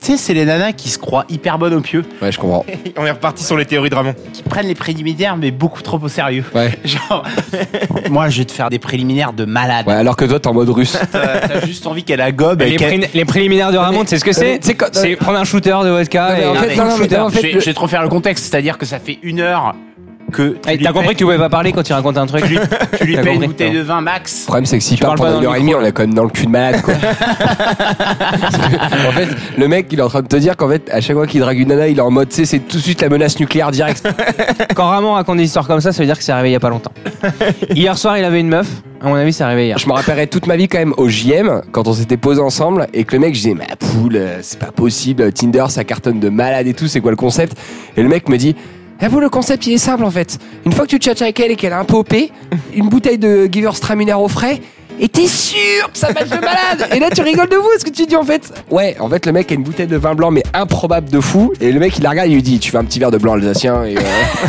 Tu sais, c'est les nanas qui se croient hyper bonnes au pieu, Ouais, je comprends. On est reparti sur les théories de Ramon. qui prennent les préliminaires mais beaucoup trop au sérieux. Ouais. Genre, moi je vais te faire des préliminaires de malade. Euh, Ouais, alors que toi, t'es en mode russe. T'as t'as juste envie qu'elle a gobe. et Les, qu'elle- pré- les préliminaires de Ramon, c'est ce que c'est C'est quand- C'est prendre un shooter de vodka mais et en fait, un euh, non, non, mais shooter. en fait, je, vais- le- je vais te refaire le contexte, c'est-à-dire que ça fait une heure que tu Eh, lui T'as payes- compris que tu pouvais pas parler quand il racontait un truc tu lui, tu lui T'as payes une compris, bouteille non. de vin max. Le problème, c'est que s'il Tu parle parles pas pendant une dans le heure et demie, micro, on est quand même dans le cul de malade, quoi. en fait, le mec, il est en train de te dire qu'en fait, à chaque fois qu'il drague une nana, il est en mode, tu sais, c'est tout de suite la menace nucléaire directe. Quand Ramon raconte des histoires comme ça, ça veut dire que c'est arrivé il y a pas longtemps. Hier soir, il avait une meuf. À mon avis, c'est arrivé hier. Je me rappellerai toute ma vie quand même au JM, quand on s'était posé ensemble et que le mec, je disais, ma poule, euh, c'est pas possible, Tinder, ça cartonne de malade et tout, c'est quoi le concept Et le mec me dit, ah vous, le concept, il est simple en fait. Une fois que tu tchatches avec elle et qu'elle a un peu OP, une bouteille de Giver Straminaire au frais, et t'es sûr que ça match de malade Et là, tu rigoles de vous, ce que tu dis en fait Ouais, en fait, le mec a une bouteille de vin blanc, mais improbable de fou, et le mec, il la regarde, il lui dit, tu veux un petit verre de blanc alsacien et, euh,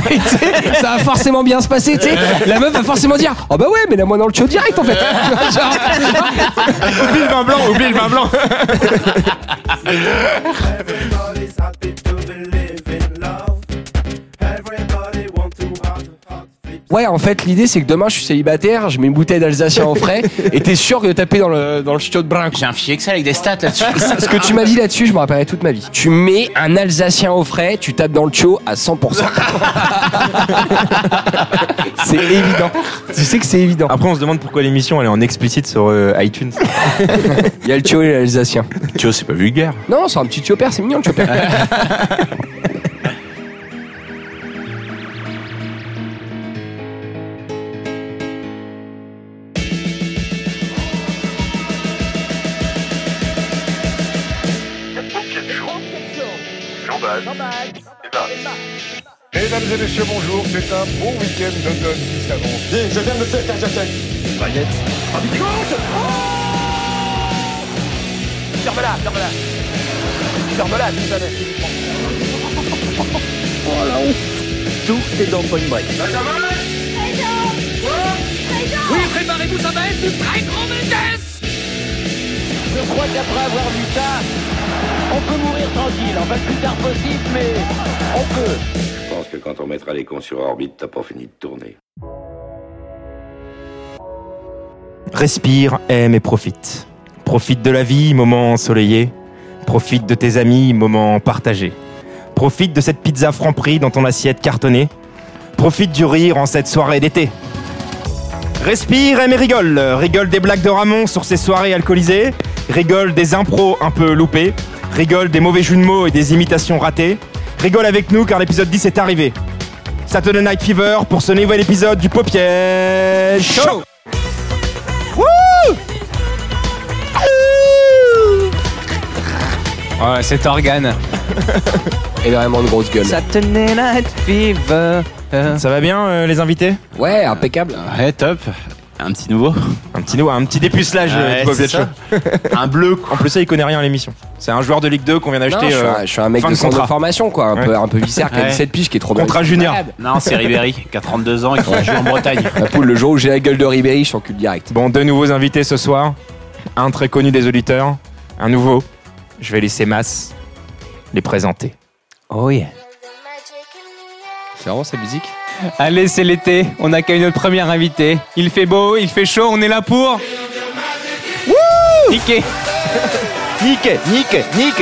et tu sais, ça va forcément bien se passer, tu sais. La meuf va forcément dire, oh bah ouais, mais la moi dans le show direct en fait Genre, Oublie le vin blanc, oublie le vin blanc. Everybody's happy to believe in love. Everybody want to have hot feet. Ouais, en fait, l'idée, c'est que demain, je suis célibataire, je mets une bouteille d'alsacien en frais, et t'es sûr que de taper dans le, Euh, dans le show de brin, quoi. J'ai un fichier Excel avec des stats là-dessus. Ce que tu m'as dit là-dessus, je me rappellerai toute ma vie. Tu mets un Alsacien au frais, tu tapes dans le show à 100%. c'est évident. Tu sais que c'est évident. Après, on se demande pourquoi l'émission elle est en explicite sur euh, iTunes. Il y a le show et l'Alsacien. tu vois, c'est pas vulgaire. Non, c'est un petit chopper, c'est mignon le chopper. Mesdames et messieurs, bonjour, c'est un bon week-end d'automne qui s'avance. Je pense que quand on mettra les cons sur orbite, t'as pas fini de tourner. Respire, aime et profite. Profite de la vie, moment ensoleillé. Profite de tes amis, moment partagé. Profite de cette pizza franc-prix dans ton assiette cartonnée. Profite du rire en cette soirée d'été. Respire, aime et rigole. Rigole des blagues de Ramon sur ses soirées alcoolisées. Rigole des impros un peu loupés. Rigole des mauvais jeux de mots et des imitations ratées. Rigole avec nous car l'épisode 10 est arrivé. Saturday Night Fever pour ce nouvel épisode du Paupiège Show. Ouais, cet organe. Énormément de grosses gueules. Ça tenait la fever. Euh, Ça va bien euh, les invités Ouais, impeccable. Ouais, top. Un petit nouveau. Un petit nou- un petit dépucelage euh, Ouais, du Bob c'est Yates ça. Show. un bleu. En plus ça il connaît rien à l'émission. C'est un joueur de Ligue 2 qu'on vient Non, Ah, d'acheter je, suis euh, un, je suis un mec fin de de centre de contrat. formation, quoi. Un Ouais. peu, un peu viscère, qui a Ouais. 17 piges, qui est trop bien. contrat junior. Non, c'est Ribéry, qui a 32 ans et qui joue en Bretagne. La poule, le jour où j'ai la gueule de Ribéry, je s'encule direct. Bon, deux nouveaux invités ce soir. Un très connu des auditeurs, un nouveau. Je vais laisser Mas les présenter. Oh yeah. C'est vraiment cette musique Allez, c'est l'été. On accueille notre premier invité. Il fait beau, il fait chaud. On est là pour. Wouh Niqué. Nick, Nick, Nick,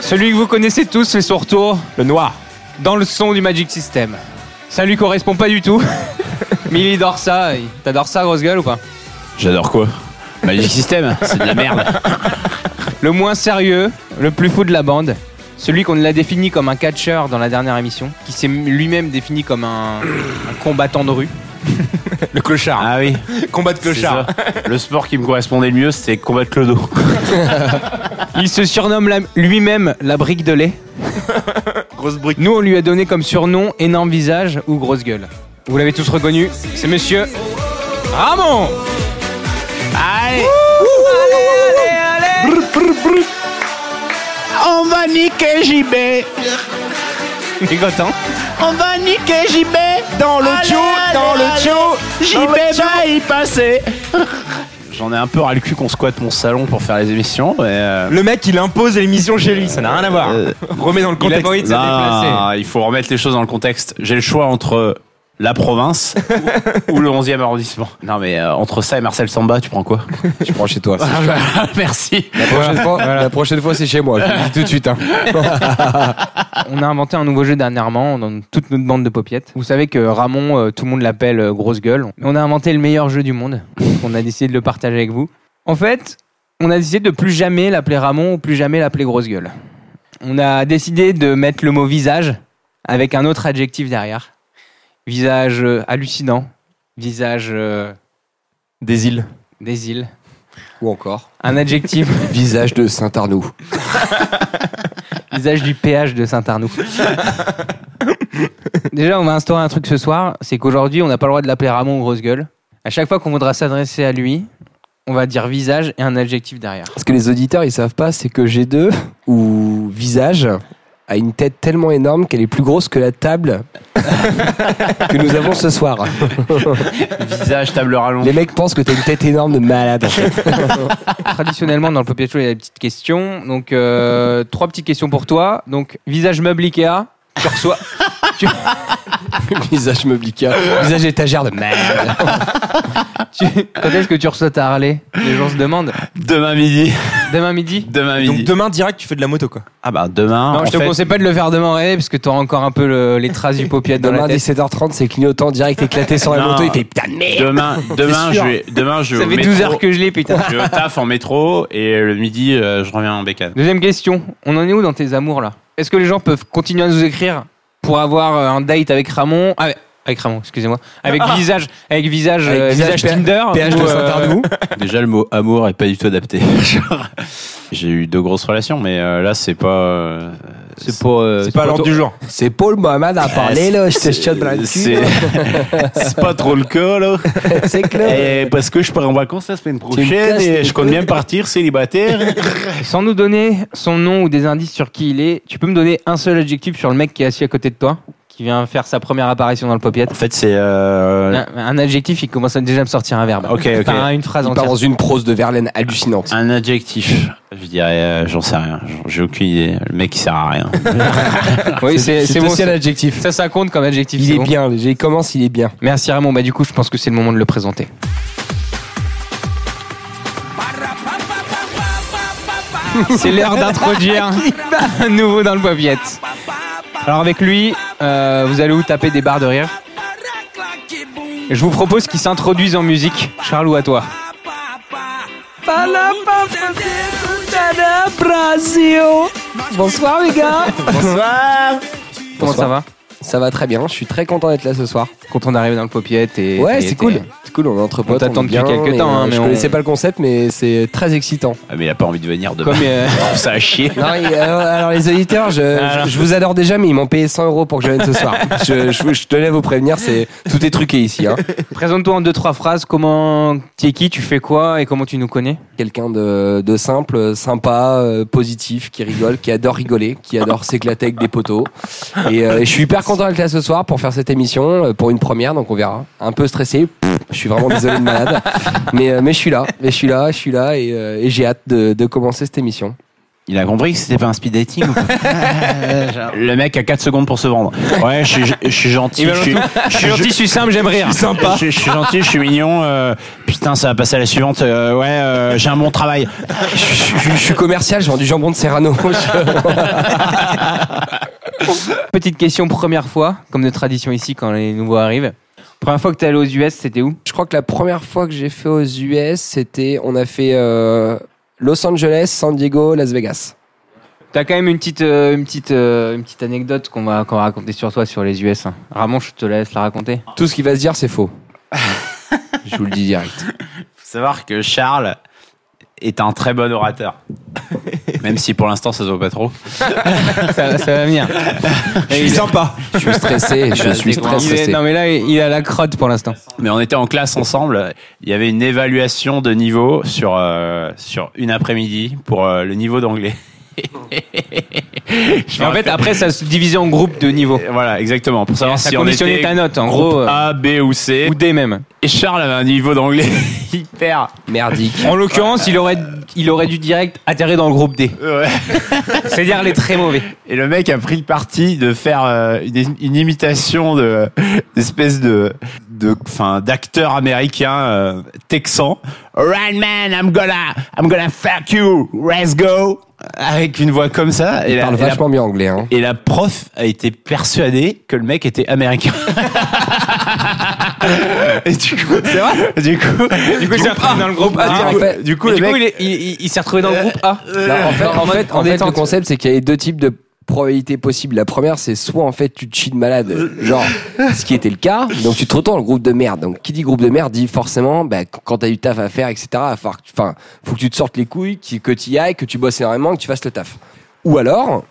Celui que vous connaissez tous fait son retour le noir. dans le son du Magic System. Ça lui correspond pas du tout. Mais il adore ça. Il- T'adores ça, grosse gueule ou pas J'adore quoi Magic System, c'est de la merde. Le moins sérieux, le plus fou de la bande, celui qu'on l'a défini comme un catcheur dans la dernière émission, qui s'est lui-même défini comme un, un combattant de rue. Le clochard. Ah oui, Combat de c'est clochard. ça. Le sport qui me correspondait le mieux, c'était combattre Clodo. Il se surnomme la- lui-même la brique de lait. Grosse brique. Nous, on lui a donné comme surnom énorme visage ou grosse gueule. Vous l'avez tous reconnu, c'est monsieur Ramon Allez Allez, allez, allez On va niquer JB T'es content On va niquer JB Dans le Allez, tuyau, allez, dans le allez. tuyau. JB va y passer J'en ai un peu ras le cul qu'on squatte mon salon pour faire les émissions. mais, euh, Le mec, il impose l'émission chez lui, ça n'a rien à voir. Euh, Remets dans le Il a contexte. pas envie de se déplacer. Non, il faut remettre les choses dans le contexte. J'ai le choix entre la province ou, ou le 11e arrondissement. Non, mais euh, entre ça et Marcel Samba, tu prends quoi Je prends chez toi. Ah, bah, Merci. La prochaine fois, la prochaine fois, c'est chez moi. Je le dis tout de suite. hein. On a inventé un nouveau jeu dernièrement dans toute notre bande de popiettes. Vous savez que Ramon, euh, tout le monde l'appelle euh, grosse gueule. Mais on a inventé le meilleur jeu du monde. On a décidé de le partager avec vous. En fait, on a décidé de plus jamais l'appeler Ramon ou plus jamais l'appeler grosse gueule. On a décidé de mettre le mot visage avec un autre adjectif derrière. Visage euh, hallucinant, visage euh, Des îles. des îles. Ou encore. Un adjectif, Visage de Saint-Arnoux. visage du péage de Saint-Arnoux. Déjà, on va instaurer un truc ce soir, c'est qu'aujourd'hui, on n'a pas le droit de l'appeler Ramon ou grosse gueule. À chaque fois qu'on voudra s'adresser à lui, on va dire visage et un adjectif derrière. Ce que les auditeurs ils savent pas, c'est que G2 ou Visage a une tête tellement énorme qu'elle est plus grosse que la table que nous avons ce soir. Visage, table rallonge. Les mecs pensent que t'as une tête énorme de malade. en fait. Traditionnellement, dans le Popiat Show, il y a des petites questions. Donc, euh, trois petites questions pour toi. Donc, visage meuble Ikea, tu reçois, visage meublica, visage étagère de malade. tu- quand est-ce que tu reçois ta Harley Les gens se demandent. Demain midi. Demain midi Demain midi. Donc demain, direct, tu fais de la moto, quoi. ah bah demain. Non, je en te fait, conseille pas de le faire demain réveil parce que t'auras encore un peu le- les traces du Popiat dans la Demain tête. 17h30, c'est clignotant direct éclaté sur la Non. moto. Il fait putain de merde. Demain, demain, C'est je sûr. vais, demain, je vais Ça au fait métro. 12 heures que je l'ai, putain. Je vais au taf en métro et le midi, euh, je reviens en bécane. Deuxième question, on en est où dans tes amours là Est-ce que les gens peuvent continuer à nous écrire pour avoir euh, un date avec Ramon ah, avec, avec Ramon, excusez-moi, avec visage, avec visage, Ah. Avec euh, visage visage Tinder, PH ou, de euh, Saint-Arnoux. Déjà, le mot amour est pas du tout adapté. Genre, J'ai eu deux grosses relations, mais euh, là, c'est pas. euh, c'est pas, euh, C'est pas à l'ordre du jour. C'est Paul Mohamed à Eh, parler là. Je te c'est- chiotte dans le C'est cul. c'est pas trop le cas, là. C'est Eh, clair. Et parce que je pars en vacances la semaine me prochaine casses et les je compte bien partir célibataire. Sans nous donner son nom ou des indices sur qui il est, tu peux me donner un seul adjectif sur le mec qui est assis à côté de toi, qui vient faire sa première apparition dans le popiette En fait, c'est. euh, un, un adjectif, il commence à déjà me sortir un verbe. Ok, ok. Enfin, une phrase Il part entière. dans une prose de Verlaine Ah, hallucinante. Un adjectif. Je dirais, euh, j'en sais rien. J'en- J'ai aucune idée. Le mec, il sert à rien. Oui, c'est c'est C'est bon. aussi un c'est- adjectif. Ça, ça compte comme adjectif. Il c'est est bon. bien, il commence, il est bien. Merci Ramon, bah du coup, je pense que c'est le moment de le présenter. C'est l'heure d'introduire un nouveau dans le bobiette. Alors avec lui, euh, vous allez vous taper des barres de rire. Je vous propose qu'il s'introduise en musique. Charlou, à toi. Bonsoir les gars Comment ça va Ça va très bien, je suis très content d'être là ce soir. Content d'arriver dans le popiette et... Ouais, et- c'est et- cool. C'est cool, on est entre potes. t'attend est depuis bien, quelques et, temps, hein, euh, mais je on- connaissais pas le concept, mais c'est très excitant. Ah, mais il a pas envie de venir demain. Comme, euh, Ça a chier. Non, et, euh, alors les auditeurs, je, je- je vous adore déjà, mais ils m'ont payé 100 euros pour que je vienne ce soir. Je, je, je tenais à vous prévenir, c'est tout est truqué ici. Hein. Présente-toi en deux trois phrases. Comment tu es qui, tu fais quoi et comment tu nous connais Quelqu'un de, de simple, sympa, euh, positif, qui rigole, qui adore rigoler, qui adore s'éclater avec des poteaux. Et euh, je suis hyper content d'être là ce soir pour faire cette émission, euh, pour une première, donc on verra. Un peu stressé, pff, je suis vraiment désolé de malade, mais, euh, mais je suis là, mais je suis là, je suis là, et, euh, et j'ai hâte de, de commencer cette émission. Il a compris que c'était pas un speed dating. ou quoi le mec a 4 secondes pour se vendre. Ouais, je suis, je suis gentil. Je suis, je suis je suis simple, j'aime rire. sympa. Je, je suis gentil, je suis mignon. euh, putain, ça va passer à la suivante. euh, ouais, euh, j'ai un bon travail. Je, je- je suis commercial, je vends du jambon de Serrano. Petite question première fois, comme de tradition ici quand les nouveaux arrivent. Première fois que t'es allé aux US, c'était où Je crois que la première fois que j'ai fait aux US, c'était. On a fait euh, Los Angeles, San Diego, Las Vegas. T'as quand même une petite, euh, une petite, euh, une petite anecdote qu'on va, qu'on va raconter sur toi sur les US. hein. Ramon, je te laisse la raconter. Tout ce qui va se dire, c'est faux. je vous le dis direct. Faut savoir que Charles est un très bon orateur. Même si pour l'instant ça se voit pas trop. Ah, Ça, ça va venir. Je suis sympa. Je suis stressé, je suis très Il est- stressé. non mais là, il a la crotte pour l'instant. Mais on était en classe ensemble. Il y avait une évaluation de niveau sur, euh, sur une après-midi pour euh, le niveau d'anglais. Mais en fait, après, ça se divisait en groupes de niveau. Voilà, exactement. Pour savoir Ça si on conditionnait était ta note, en groupe gros. euh, A, B ou C. Ou D même. Et Charles avait un niveau d'anglais hyper. Merdique. En l'occurrence, il aurait, il aurait dû direct atterrir dans le groupe D. Ouais. C'est-à-dire les très mauvais. Et le mec a pris le parti de faire euh, une, une imitation de d'espèce de de enfin d'acteur américain euh, texan. Alright man, I'm gonna I'm gonna fuck you. Let's go. Avec une voix comme ça. Il la- parle la- vachement bien anglais. Hein. et la prof a été persuadée que le mec était américain. et du coup, c'est vrai Du coup, Du coup, il s'est retrouvé dans le groupe Ah, en A. fait, Oh, bah, du coup, Mais le du mec, Euh, coup, il est- il il- il s'est retrouvé dans le groupe A. Euh, Non, en fait, en mode- fait, en en fait, le détente. concept, c'est qu'il y avait deux types de probabilités possibles. La première, c'est soit en fait tu te chies de malade, genre ce qui était le cas, donc tu te retrouves dans le groupe de merde. Donc qui dit groupe de merde dit forcément, bah, quand t'as du taf à faire, etc. à faire- Enfin, faut que tu te sortes les couilles, qui- que t'y ailles, que tu bosses énormément, que tu fasses le taf. Ou alors,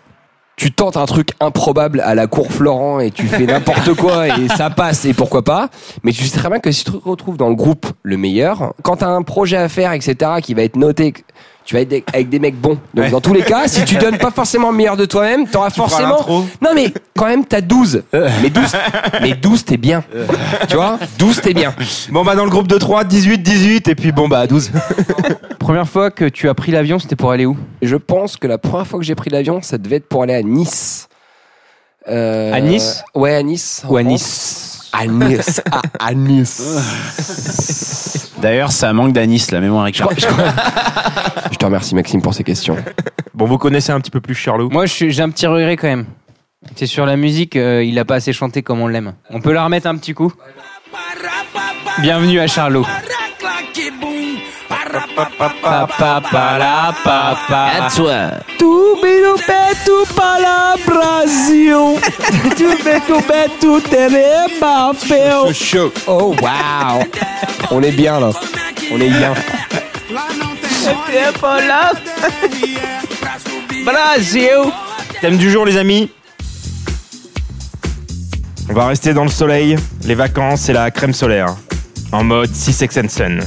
tu tentes un truc improbable à la cour Florent et tu fais n'importe quoi et ça passe et pourquoi pas. Mais tu sais très bien que si tu te retrouves dans le groupe le meilleur, quand t'as un projet à faire, etc., qui va être noté, tu vas être des- avec des mecs bons. Donc dans tous les cas, si tu donnes pas forcément le meilleur de toi-même, t'auras forcément... Non mais quand même, t'as 12. Mais 12, mais 12 t'es bien. Tu vois 12 t'es bien. Bon, bah, dans le groupe de 3, 18, 18, et puis bon, bah, 12. Première fois que tu as pris l'avion, c'était pour aller où Je pense que la première fois que j'ai pris l'avion, ça devait être pour aller à Nice. Euh, À Nice Ouais, à Nice. en Ou à France. Nice À Nice. À, à Nice. D'ailleurs, ça manque d'anis, la mémoire avec Charles. Je te remercie, Maxime, pour ces questions. Bon, vous connaissez un petit peu plus Charlot. Moi, je suis- j'ai un petit regret quand même. C'est sur la musique, euh, il a pas assez chanté comme on l'aime. On peut la remettre un petit coup Bienvenue à Charlot. Pa, pa, pa, la, pa, pa. Ah, Tout tout pas la Brasil. Tu tout Oh, wow. On est bien, là. On est bien. Brasil Thème du jour, les amis. On va rester dans le soleil, les vacances et la crème solaire. En mode 6 Sex and Sun.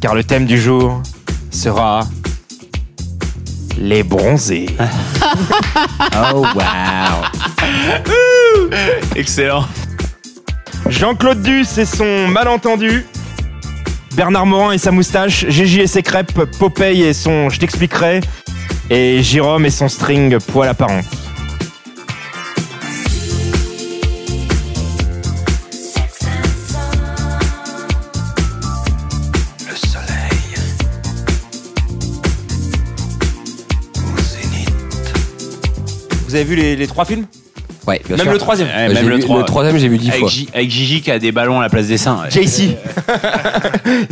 Car le thème du jour sera. Les bronzés. Oh, wow. Excellent. Jean-Claude Duss et son malentendu. Bernard Morin et sa moustache. Gigi et ses crêpes. Popeye et son Je t'expliquerai. Et Jérôme et son string poil apparent. Vous avez vu les, les trois films Ouais, bien Même sûr. Euh, le troisième. Ouais, J'ai Eh, même le vu- 3. Le troisième, j'ai vu dix Avec, fois. Gi- avec Gigi qui a des ballons à la place des seins. ouais. JC.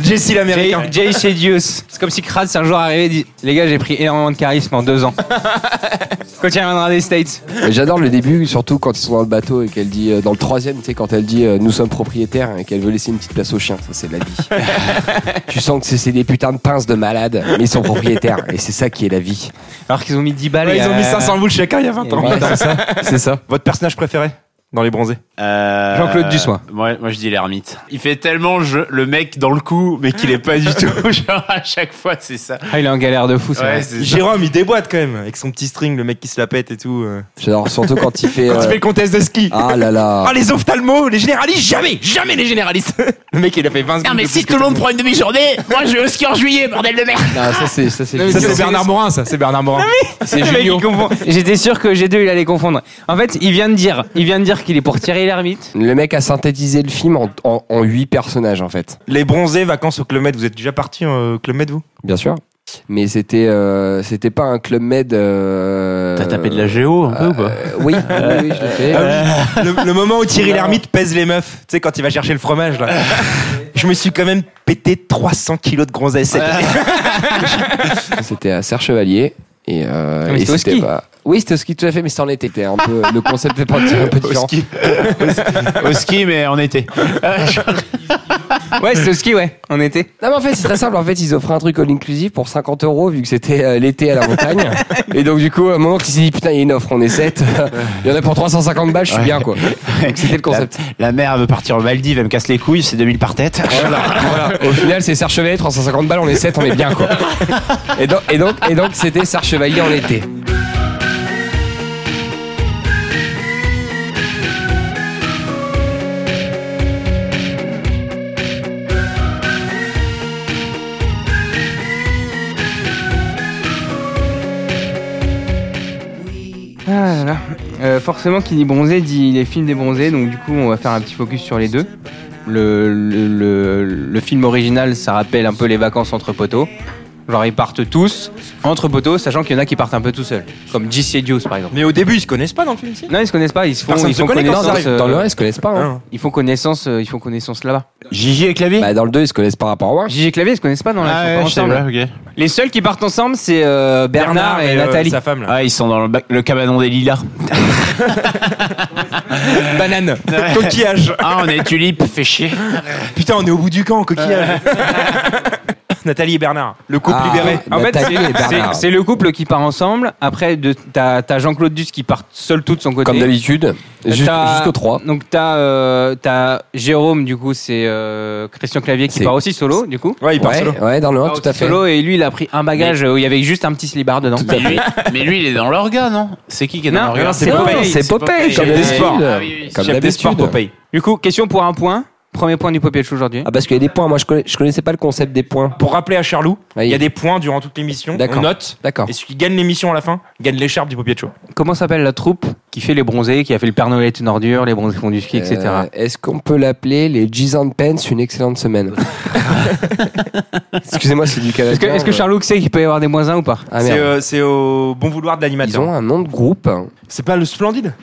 JC l'américain. Jay chez Dios. C'est comme si Kratz un jour arrivait et dit Les gars, j'ai pris énormément de charisme en deux ans. Quand il reviendra des States. Mais J'adore le début, surtout quand ils sont dans le bateau et qu'elle dit, euh, dans le troisième, tu sais, quand elle dit euh, nous sommes propriétaires et qu'elle veut laisser une petite place aux chiens, ça c'est de la vie. tu sens que c'est- c'est des putains de pinces de malades, mais ils sont propriétaires et c'est ça qui est la vie. Alors qu'ils ont mis 10 balles. Ouais, et, ils ont mis euh, 500 boules chacun il y a 20 ans. Ouais, c'est ça, c'est ça. Votre personnage préféré dans Les Bronzés Euh, Jean-Claude Dussois. Moi, moi, je dis l'ermite. Il fait tellement je- le mec dans le coup, mais qu'il est pas du tout. Genre, à chaque fois, c'est ça. Ah, il est en galère de fou, ça. Ouais, c'est ça. Jérôme, il déboîte quand même avec son petit string, le mec qui se la pète et tout. euh. J'adore surtout quand il fait. Quand il euh, fait le contest de ski. Ah là là. Ah, les ophtalmos, les généralistes, jamais, jamais les généralistes. Le mec, il a fait 20 secondes. de plus que monde prend une demi-journée, moi je vais au ski en juillet, bordel de merde. Ah, ça c'est ça c'est. Ça, Julien. c'est Bernard Morin, ça, c'est Bernard Morin. C'est Julio. J'étais sûr que G2 il allait confondre. En fait, il vient de dire, il vient de dire qu'il est pour Thierry l'ermite. Le mec a synthétisé le film en, en, en huit personnages en fait. Les Bronzés, vacances au Club Med, vous êtes déjà parti au Club Med, vous Bien sûr. Mais c'était euh, c'était pas un club med. euh, T'as tapé de la géo un peu ou pas euh, oui, oui, oui, je l'ai fait. le, le moment où Thierry Non. l'ermite pèse les meufs, tu sais, quand il va chercher le fromage, là. Je me suis quand même pété 300 kilos de groseilles cette année. C'était à Serre Chevalier. Et, euh, Mais et c'était au c'était ski. pas- Oui, c'était au ski tout à fait, mais c'était en été. C'était un peu, le concept est un peu Au différent. ski. Euh, Au ski, mais en été. Ouais, c'était au ski, ouais, en été. Non, mais en fait, c'est très simple. En fait, ils offraient un truc all-inclusive pour 50 euros, vu que c'était euh, l'été à la montagne. Et donc, du coup, à un moment, ils s'est dit, putain, il y a une offre, on est 7. Il y en a pour 350 balles, je suis bien, quoi. Donc, c'était le concept. La, la mère veut partir aux Maldives, elle me casse les couilles, c'est 2000 par tête. Voilà, voilà. Au final, c'est Serre Chevalier, 350 balles, on est 7, on est bien, quoi. Et donc, et donc, et donc c'était Serre Chevalier en été. Ah là là. Euh, forcément, qui dit bronzé dit les films des bronzés, donc du coup, on va faire un petit focus sur les deux. Le, le, le- le film original, ça rappelle un peu les vacances entre poteaux. Genre, ils partent tous entre poteaux, sachant qu'il y en a qui partent un peu tout seuls. Comme JC Juice, par exemple. Mais au début, ils se connaissent pas dans le film, si Non, ils se connaissent pas, ils se font, Personne ils se font connaît quand connaissance. ça arrive. euh, Dans le 1, ils se connaissent pas. Hein. ils font connaissance, euh, ils font connaissance là-bas. Gigi et Clavier Bah, dans le 2, ils se connaissent par rapport au 1. Gigi Clavier, ils se connaissent pas dans la ils sont pas Ah je sais ensemble. pas, ok. Les seuls qui partent ensemble, c'est euh, Bernard, et, euh, Nathalie. sa femme, là. Ah, ils sont dans le, bac- le cabanon des lilas. Banane. Coquillage. Ah, on est tulipe, fait chier. Ah, Putain, on est au bout du camp, coquillage. Nathalie et Bernard, bah, le couple Ah, libéré. En fait, Nathalie et c'est- c'est- Bernard. c'est le couple qui part ensemble. Après, de- t'as t'as Jean-Claude Duss qui part seul tout de son côté. Comme d'habitude, T'as- jus- jusqu'au 3. Donc t'as euh, t'as Jérôme, du coup, c'est euh, Christian Clavier qui C'est- part aussi solo, du coup. Ouais, il part ouais, solo. ouais, dans le 1, Part tout à aussi fait. Solo, et lui, il a pris un bagage où il y avait juste un petit slibard dedans. Mais lui, mais lui, il est dans l'orga, non C'est qui qui est dans Non, l'orga non, C'est c'est Popeye. Popeye, c'est Popeye, Comme comme des sports. d'habitude. Ah oui, oui, Comme Chef des sports, d'habitude. Popeye. Du coup, question pour un point. Premier point du papier de chou aujourd'hui. Ah, parce qu'il y a des points. Moi, je, connais, je connaissais pas le concept des points. Pour rappeler à Charlou, Ah Oui. il y a des points durant toute l'émission. D'accord. On note. D'accord. Et celui qui gagne l'émission à la fin gagne l'écharpe du papier de bah. chaud. Comment s'appelle la troupe qui fait les bronzés, qui a fait le Père Noël est une ordure, les bronzés font du ski, etc. Euh, Est-ce qu'on peut l'appeler les Gizan Pence une excellente semaine Excusez-moi, c'est du Est-ce que, canadien. est-ce que Charloux sait qu'il peut y avoir des moins un ou pas Ah c'est, merde. euh, c'est au bon vouloir de Ils l'animateur. ont un nom de groupe. C'est pas le splendide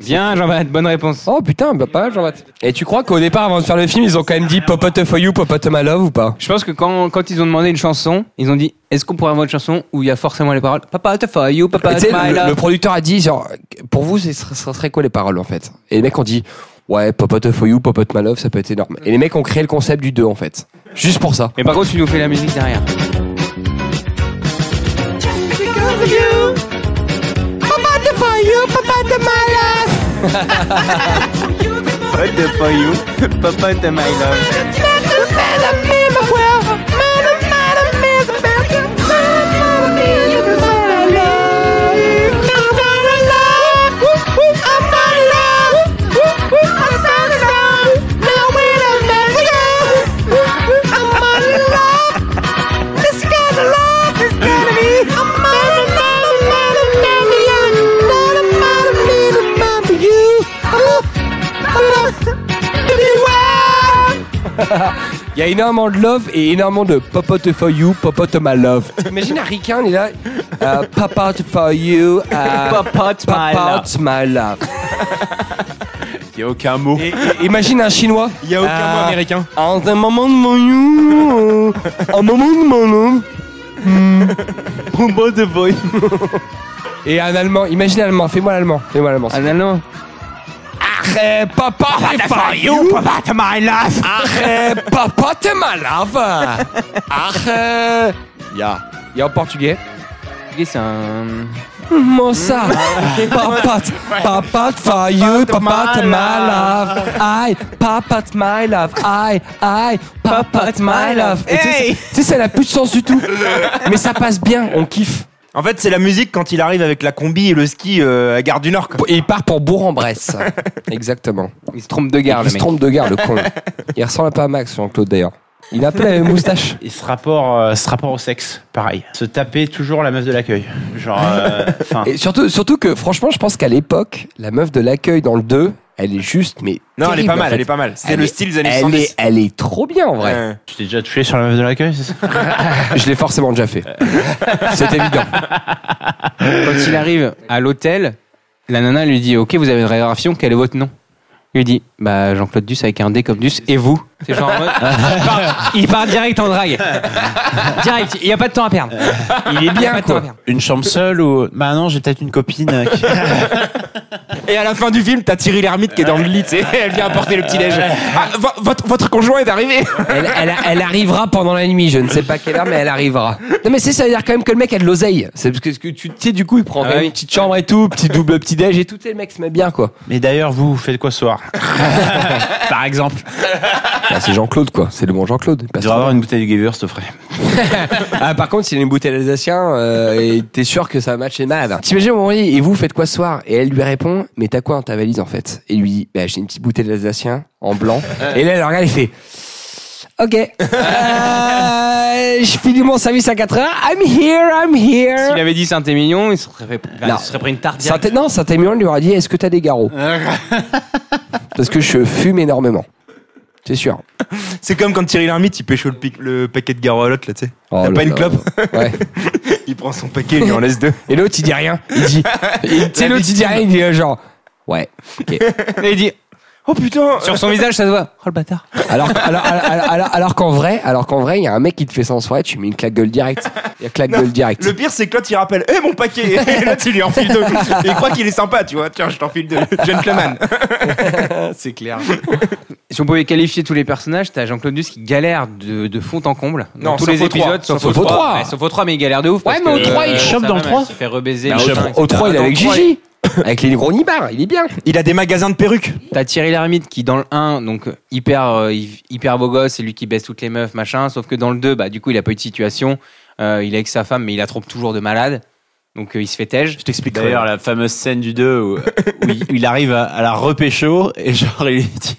Bien, Jean-Baptiste, bonne réponse. Oh putain, bah pas mal, Jean-Baptiste. Et tu crois qu'au départ, avant de faire le film, ils ont quand même dit Popote for you, Popote my love ou pas Je pense que quand, quand ils ont demandé une chanson, ils ont dit est-ce qu'on pourrait avoir une chanson où il y a forcément les paroles Papa, te for you, Tu papa, te sais, my le, le love. producteur a dit genre, pour vous, ce serait, ce serait quoi les paroles en fait Et les mecs ont dit ouais, Popote for you, Popote my love, ça peut être énorme. Et les mecs ont créé le concept du 2 en fait. Juste pour ça. Mais par contre, tu nous fais la musique derrière. Il y a énormément de love et énormément de Popote for you, Popote my love. Imagine un ricain, il est là euh, Popote for you, Ah, euh, Popote my Popote my love. Il n'y a aucun mot. Et Imagine un chinois il y a aucun Ah. mot américain. En un moment de mon you, un moment de mon love. Combo de boy. Et un allemand, imagine un allemand, fais-moi l'allemand, fais-moi l'allemand. Un allemand. Arrête, Popote for you, Papa, my life. Arrête, Popote my love. Arrête. Ya. Il y a en portugais. Ok, C'est un. Mon ça, Hmm. papat, papat for you, papat my love, I, papat my love, I, I, papat my love. Et tu sais, Hey c'est- tu sais, ça n'a plus de sens du tout. Mais ça passe bien, on kiffe. En fait, c'est la musique quand il arrive avec la combi et le ski euh, à Gare du Nord. quoi. Et il part pour Bourg-en-Bresse. Exactement. Il se trompe de gare, Il le se mec. trompe de gare, le con. Il ressemble un peu à Max, Jean-Claude d'ailleurs. Il a un peu la même moustache. Et ce rapport, euh, ce rapport au sexe, pareil. Se taper toujours la meuf de l'accueil. Genre, euh, enfin, Et surtout, surtout que, franchement, je pense qu'à l'époque, la meuf de l'accueil dans le 2, elle est juste, mais. Non, elle est terrible, pas en mal, fait. elle est pas mal. C'est Elle le est- style des années Elle 70. est, elle est trop bien en vrai. Ouais. tu t'es déjà touché sur la meuf de l'accueil, c'est ça Je l'ai forcément déjà fait. C'est évident. Quand il arrive à l'hôtel, la nana lui dit Ok, vous avez une réservation, quel est votre nom Il lui dit Bah, Jean-Claude Duss avec un D comme Duss, et vous C'est genre en mode- il, part, il part direct en drague. Direct, il n'y a pas de temps à perdre. Il est Il y a pas bien, de temps à quoi. perdre. Une chambre seule ou. Bah non, j'ai peut-être une copine. euh, qui- Et à la fin du film, t'as Thierry Lhermitte qui est dans le lit, tu sais. Elle vient apporter le petit-déj. Ah, vo- votre, votre conjoint est arrivé. Elle, elle- elle arrivera pendant la nuit. Je ne sais pas quelle heure, mais elle arrivera. Non, mais c'est ça veut dire quand même que le mec a de l'oseille. C'est parce que, parce que tu tu sais, du coup, il prend quand même une petite chambre et tout, petit double petit-déj et tout. Et le mec se met bien, quoi. Mais d'ailleurs, vous, vous faites quoi ce soir Par exemple. Bah, c'est Jean-Claude, quoi. C'est le bon Jean-Claude. Il passe Je devrais avoir une bouteille de Gewürz, au frais. Ah, par contre, s'il a une bouteille alsacien, euh, et t'es sûr que ça match est malade. T'imagines, on dit, et vous faites quoi ce soir Et elle lui répond, mais t'as quoi dans ta valise en fait Et lui dit, bah, j'ai une petite bouteille alsacien en blanc. et là, elle le regarde, il fait, ok, Euh, je finis mon service à 4 heures, I'm here, I'm S'il here. avait dit Saint-Émilion, il se serait, fait- Bah, il se serait pris une tarte Saint direct. non, Saint-Émilion lui aura dit, est-ce que t'as des garrots Parce que je fume énormément. C'est sûr. C'est comme quand Thierry Lhermitte, il pécho le, pic- le paquet de garolotte, là, tu sais. Oh T'as là pas une là. clope Ouais. Il prend son paquet, il lui en laisse deux. Et l'autre, il dit rien. Il dit, et, tu sais, l'autre, il dit rien, il dit euh, genre, ouais, ok. Et il dit, Oh putain sur son visage, ça se voit. Oh le bâtard. Alors, alors, alors, alors- alors qu'en vrai, alors qu'en vrai, il y a un mec qui te fait ça en soirée, tu mets une claque gueule directe. Il y a claque Non, gueule directe. Le pire, c'est que l'autre, il rappelle Eh mon paquet Et l'autre, il lui enfile deux. Et il croit qu'il est sympa, tu vois. Tiens, je t'enfile deux. Gentleman. c'est clair. Si on pouvait qualifier tous les personnages, t'as Jean-Claude Duss qui galère de, de fond en comble. dans Non, tous sauf les au trois. épisodes, sauf, Sauf au au 3. trois. sauf au 3, mais il galère de ouf. euh, Ouais, mais au trois, il chope dans le trois. Il se fait rebaiser. Bah, machin, au trois- Au 3, etc. il est avec Dans le trois, Gigi. Avec les gros nibards, il est bien. Il a des magasins de perruques. T'as Thierry Lhermitte qui, dans le 1, donc hyper, euh, hy- hyper beau gosse, c'est lui qui baisse toutes les meufs, machin. Sauf que dans le 2, bah, du coup, il a pas eu de situation. Euh, il est avec sa femme, mais il la trompe toujours de malade. Donc euh, il se fait tège. Je t'explique. D'ailleurs, la fameuse scène du 2 où, où il- il arrive à, à la repécho et genre, il dit.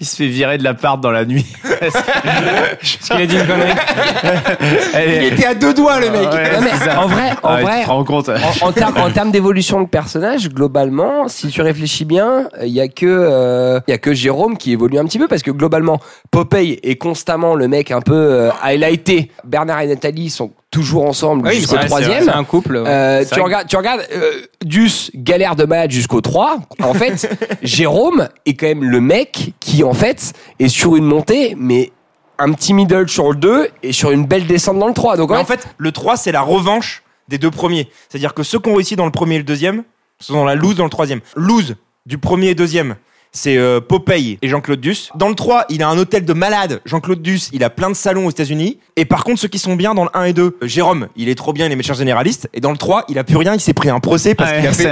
Il se fait virer de l'appart dans la nuit. Il a dit une connerie. Elle est- à deux doigts, le mec. Ouais, c'est ça. en vrai, en Ah ouais, tu vrai. te rends compte. En, en termes en termes d'évolution de personnage, globalement, si tu réfléchis bien, il y a que euh, il y a que Jérôme qui évolue un petit peu parce que globalement, Popeye est constamment le mec un peu euh, highlighté. Bernard et Nathalie sont toujours ensemble Ah Oui, jusqu'au c'est- troisième. C'est un couple. ouais. Euh, tu, vrai regardes, tu regardes, euh, Dus galère de malade jusqu'au 3. En fait, Jérôme est quand même le mec qui, en fait, est sur une montée, mais un petit middle sur le 2 et sur une belle descente dans le 3. Donc, en Mais en fait, fait, le 3, c'est la revanche des deux premiers. C'est-à-dire que ceux qui ont réussi dans le premier et le deuxième sont dans la loose dans le troisième. Loose du premier et deuxième. C'est euh, Popeye et Jean-Claude Duss. Dans le 3, il a un hôtel de malade. Jean-Claude Duss, il a plein de salons aux États-Unis. Et par contre, ceux qui sont bien dans le 1 et 2, euh, Jérôme, il est trop bien, il est médecin généraliste. Et dans le 3, il a plus rien, il s'est pris un procès parce Ouais, qu'il a fait,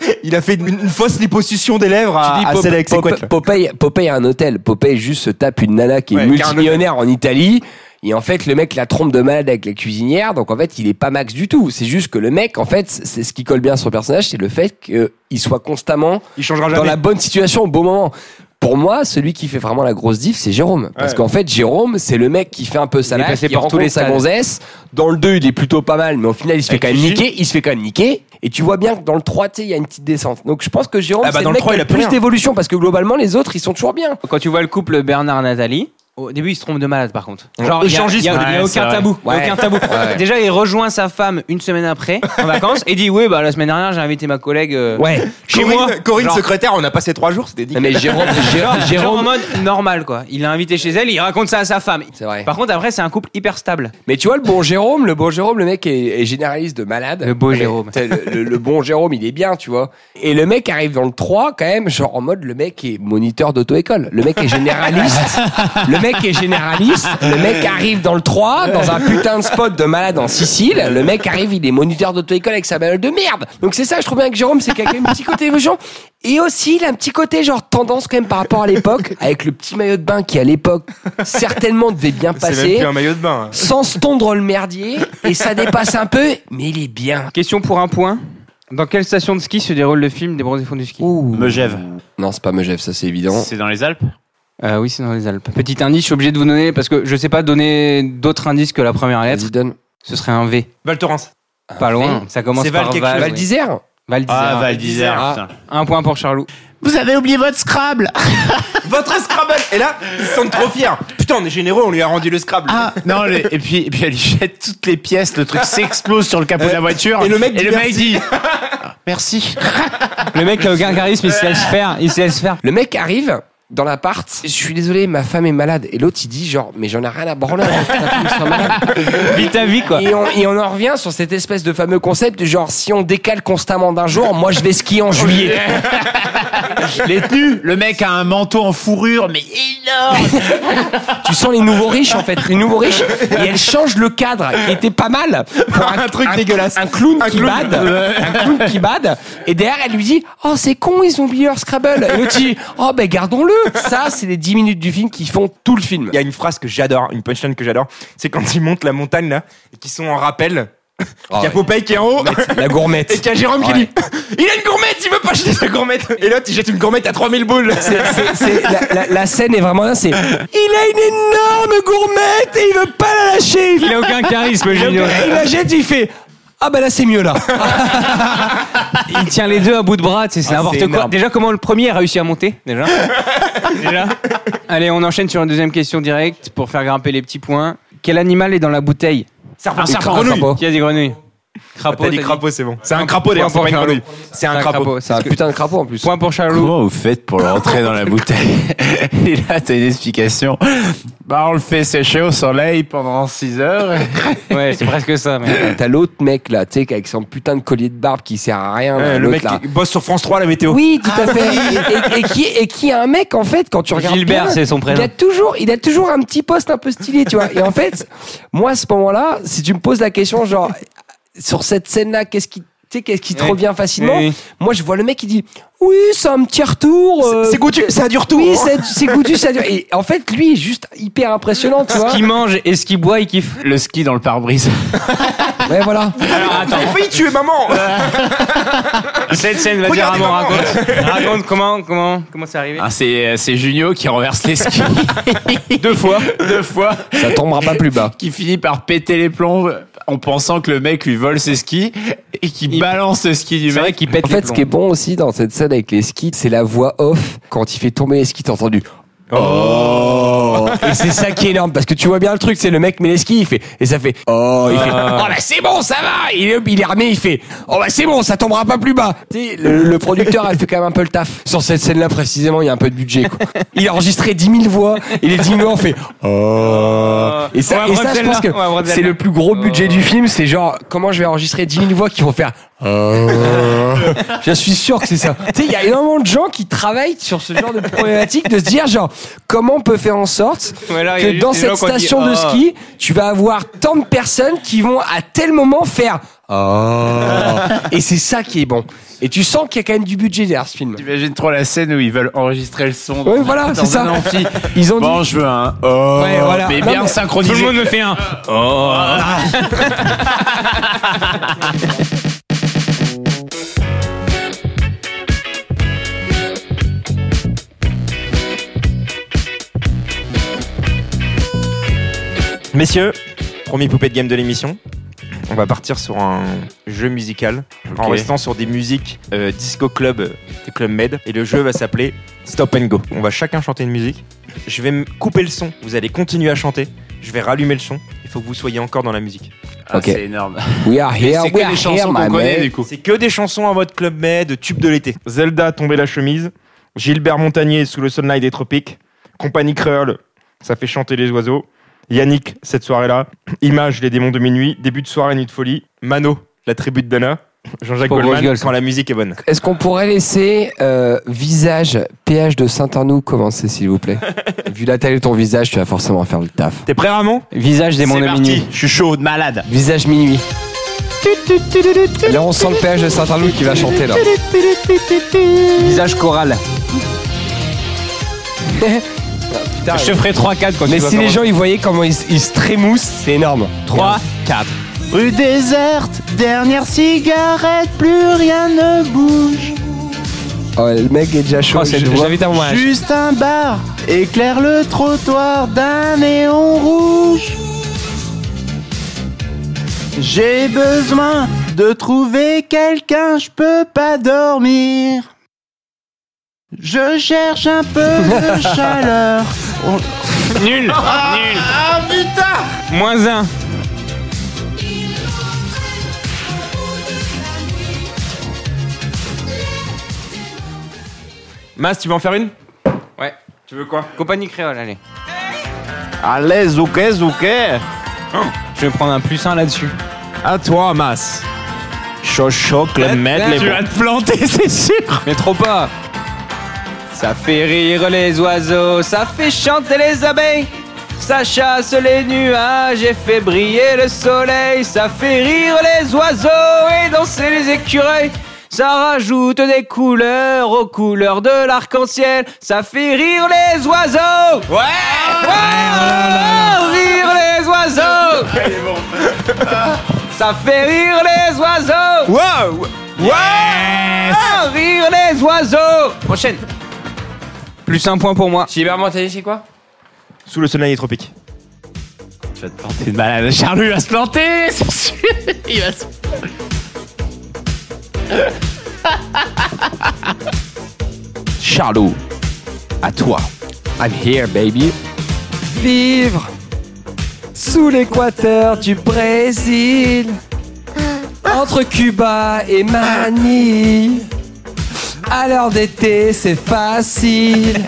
c'est- il a fait une, une fausse liposuction des lèvres tu à, à dis celle avec ses Pope- couettes. là. Popeye, Popeye a un hôtel. Popeye juste se tape une nana qui est Ouais, qui a un hôtel. multimillionnaire en Italie. Et en fait, le mec la trompe de malade avec la cuisinière. Donc, en fait, il est pas max du tout. C'est juste que le mec, en fait, c'est ce qui colle bien à son personnage, c'est le fait qu'il soit constamment Il changera dans jamais. la bonne situation au bon moment. Pour moi, celui qui fait vraiment la grosse diff, c'est Jérôme. Parce Ouais. qu'en fait, Jérôme, c'est le mec qui fait un peu sa est life, passé qui par tous rencontre les sa stades. gonzesse. Dans le 2, il est plutôt pas mal, mais au final, il se Avec fait quand même Gigi. niquer. Il se fait quand même niquer. Et tu vois bien que dans le 3, tu sais, il y a une petite descente. Donc je pense que Jérôme, Ah bah, c'est dans le le mec 3, qui a il a plus plus rien. d'évolution. Parce que globalement, les autres, ils sont toujours bien. Quand tu vois le couple Bernard-Nathalie, au début, ils se trompent de malade par contre. Genre, il y a, Échangisme. il y a- il y a Ouais, c'est aucun vrai. tabou. Ouais. Aucun tabou. Déjà, il rejoint sa femme une semaine après, en vacances, et dit Oui, bah la semaine dernière, j'ai invité ma collègue. euh, Ouais. Chez Corinne, moi, Corinne genre- secrétaire, on a passé trois jours, c'était nickel. Mais Jérôme, Genre, Jérôme, genre en Jérôme- mode normal quoi. Il l'a invité chez elle, il raconte ça à sa femme. C'est vrai. Par contre après c'est un couple hyper stable. Mais tu vois, le bon Jérôme, le bon Jérôme, le mec est, est généraliste de malade. Le beau Mais, Jérôme. t'as Le, le- le bon Jérôme, il est bien, tu vois. Et le mec arrive dans le 3, quand même, genre en mode, le mec est moniteur d'auto-école. Le mec est généraliste. le mec est généraliste. Le mec arrive dans le 3, dans un putain de spot de malade en Sicile. Le mec arrive, il est moniteur d'auto-école avec sa bagnole de merde. Donc c'est ça, je trouve bien que Jérôme, c'est qu'il y a quand même un petit côté évolution. Et aussi, il a un petit côté, genre, tendance quand même par rapport à l'époque, avec le petit maillot de bain qui, à l'époque, certainement devait bien C'est passer même plus un maillot de bain. hein. sans se tondre le merdier et ça dépasse un peu, mais il est bien. Question pour un point. Dans quelle station de ski se déroule le film des bronzés fonds du ski Megève. Non, c'est pas Megève, ça c'est évident. C'est dans les Alpes Euh, Oui c'est dans les Alpes. Petit indice, je suis obligé de vous donner parce que je sais pas donner d'autres indices que la première lettre. Vas-y, donne. Ce serait un V. Val Thorens. Pas loin. Ça commence C'est Val par quelque Val. chose. Val d'Isère Val d'Isère. Ah, Val d'Isère, Ah. putain. Un point pour Charlot. Vous avez oublié votre Scrabble Votre Scrabble Et là, ils se sentent trop fiers. Putain, on est généreux, on lui a rendu le Scrabble. Ah non, les- et puis et puis elle lui jette toutes les pièces, le truc s'explose sur le capot de la voiture. et le mec dit dit Ah, merci. Le mec a aucun charisme, il se laisse faire. Il se laisse faire. Le mec arrive, dans l'appart. Je suis désolé, ma femme est malade. Et l'autre, il dit genre, mais j'en ai rien à branler. avant que ta femme soit malade. Vite à vie, quoi. Et on, et on en revient sur cette espèce de fameux concept du genre, si on décale constamment d'un jour, moi je vais skier en juillet. Les tenues, le mec a un manteau en fourrure, mais énorme. tu sens les nouveaux riches en fait, les nouveaux riches. Et elle change le cadre qui était pas mal pour un, truc dégueulasse. Un clown qui bade, un clown qui bade. Et derrière elle lui dit "Oh, c'est con, ils ont oublié leur Scrabble." Et l'autre dit "Oh ben gardons-le." Ça, c'est les 10 minutes du film qui font tout le film. Il y a une phrase que j'adore, une punchline que j'adore, c'est quand ils montent la montagne là et qu'ils sont en rappel. Il y a Popeye qui est en haut La et gourmette. qu'il y a Jérôme qui Ouais. dit Il a une gourmette, il veut pas jeter sa gourmette Et l'autre il jette une gourmette à 3000 boules C'est- c'est- c'est- la, la- la scène est vraiment là, c'est Il a une énorme gourmette et il veut pas la lâcher. Il Il a aucun charisme, Junior. il la jette, il fait Ah ben là c'est mieux là. Il tient les deux à bout de bras, tu sais, c'est n'importe c'est quoi. énorme. Déjà, comment le premier a réussi à monter Déjà. Déjà. Allez, on enchaîne sur une deuxième question directe pour faire grimper les petits points. Quel animal est dans la bouteille Un serpent crapaud. grenouille. Qui a dit grenouille Crapaud. T'as dit t'as dit crapaud, c'est bon. C'est un crapaud d'ailleurs, Point c'est pour pas une Charlot. grenouille. C'est un crapaud. c'est C'est un ce que- putain de crapaud en plus. Point pour Charlot. Comment vous faites pour le rentrer dans la bouteille Et là, t'as une explication. Bah, on le fait sécher au soleil pendant 6 heures. Ouais, c'est presque ça. Mais... T'as l'autre mec là, tu sais, avec son putain de collier de barbe qui sert à rien. là, Euh, Le l'autre, mec là. qui bosse sur France 3 la météo. Oui, tout à Ah fait. Et, et- et qui, et qui a un mec, en fait, quand tu regardes. Gilbert, bien, c'est son prénom. Il a, toujours, il a toujours un petit poste un peu stylé, tu vois. Et en fait, moi, à ce moment-là, si tu me poses la question, genre, sur cette scène-là, qu'est-ce qui. Tu sais, qu'est-ce qui te Oui. revient facilement Oui. Moi, je vois le mec qui dit Oui, c'est un petit retour. euh, C'est goûtu, c'est un dur tour. Oui, hein. c'est c'est goûtu, ça dure. Et en fait, lui, est juste hyper impressionnant, tu vois. Ce qu'il mange et ce qu'il boit, il kiffe. Le ski dans le pare-brise. Ouais, voilà. J'ai failli tuer maman Cette scène, vas-y, Regardez Ramon, maman. raconte. raconte comment, comment, comment c'est arrivé. Ah, c'est, c'est Junio qui renverse les skis Deux fois. deux fois, Ça tombera pas plus bas. qui finit par péter les plombs en pensant que le mec lui vole ses skis et qui Il- balance le ski du C'est vrai mec. qu'il pète En les fait, ce plombs. qui est bon aussi dans cette scène avec les skis, c'est la voix off. Quand il fait tomber les skis, t'as entendu. Oh Et c'est ça qui est énorme parce que tu vois bien le truc, c'est le mec met les skis, il fait et ça fait oh, il fait Ah. oh bah c'est bon, ça va. Il est il est armé, il fait oh bah c'est bon, ça tombera pas plus bas. Tu sais, Le, le producteur a fait quand même un peu le taf. Sur cette scène-là précisément, il y a un peu de budget. Quoi. Il a enregistré 10 000 voix et les 10 000 voix on fait oh. Et On ça, va et prendre ça je celle-là, pense que on va prendre c'est celle-là. le plus gros budget Oh. du film, c'est genre comment je vais enregistrer 10 000 voix qui vont faire je suis sûr que c'est ça. tu sais, il y a énormément de gens qui travaillent sur ce genre de problématique, de se dire genre comment on peut faire en sorte Ah. Ouais, là, il y a que juste dans des cette gens qui ont dit, station de Ah. ski, tu vas avoir tant de personnes qui vont à tel moment faire. oh. Et c'est ça qui est bon. Et tu sens qu'il y a quand même du budget derrière ce film. T'imagines trop la scène où ils veulent enregistrer le son. dans- Oui, voilà, dans c'est ça. un amphi. Ils ont dit. Bon, je veux un. Oh, Ouais, voilà. mais Non, bien mais- synchronisé. me fait un. Messieurs, premier poupée de game de l'émission. On va partir sur un jeu musical en Ok. restant sur des musiques euh, disco club, euh, des club med. Et le jeu va s'appeler Stop and Go. On va chacun chanter une musique. Je vais me couper le son. Vous allez continuer à chanter. Je vais rallumer le son. Il faut que vous soyez encore dans la musique. Ah, Ok. C'est énorme. We are Mais c'est here, we que are des here, chansons qu'on my connaît man. du coup. C'est que des chansons en mode club med, tube de l'été. Zelda, tomber la chemise. Gilbert Montagnier, sous le sunlight des tropiques. Compagnie Creole, ça fait chanter les oiseaux. Yannick, cette soirée-là. Image, les démons de minuit. Début de soirée, nuit de folie. Mano, la tribu de Dana. Jean-Jacques Pauvre Goldman, gueule, ça. quand la musique est bonne. Est-ce qu'on pourrait laisser euh, visage PH de Saint-Arnoux commencer, s'il vous plaît Vu la taille de ton visage, tu vas forcément faire le taf. T'es prêt, Ramon Visage des C'est mondes parti. Je suis chaud, malade. Visage minuit. Là, on sent le péage de Saint-Arnoux qui va chanter là. Visage choral. Je te ferai 3-4 quand Mais si tu vas les commencer. gens ils voyaient comment ils, ils se trémoussent, c'est énorme. 3, 4. Rue déserte, dernière cigarette, plus rien ne bouge. Oh, le mec est déjà chaud. Oh, cette Je- voix. J'invite à moi. Juste un bar éclaire le trottoir d'un néon rouge. J'ai besoin de trouver quelqu'un, je peux pas dormir. Je cherche un peu de chaleur. Nul Nul Ah putain Moins 1. Mas, tu veux en faire une Ouais. Tu veux quoi Compagnie créole, allez. Allez, zouké, zouké. Oh. Je vais prendre un plus 1 là-dessus. À toi, masse. Choc, choc, le mec, tu les vas te planter, c'est sûr. Mais trop pas Ça fait rire les oiseaux, ça fait chanter les abeilles, ça chasse les nuages et fait briller le soleil, ça fait rire les oiseaux et danser les écureuils. Ça rajoute des couleurs aux couleurs de l'arc-en-ciel. Ça fait rire les oiseaux. Ouais. oh Rire les oiseaux. Ça fait rire les oiseaux. Wow. Ah, rire les oiseaux Prochaine Plus un point pour moi. Cybermentalité, c'est quoi Sous le soleil des tropiques. Je vais te porter de malade. Charlu va se planter, c'est sûr. Il va se... Charlot, à toi. I'm here, baby. Vivre sous l'équateur du Brésil, entre Cuba et Manille. À l'heure d'été, c'est facile.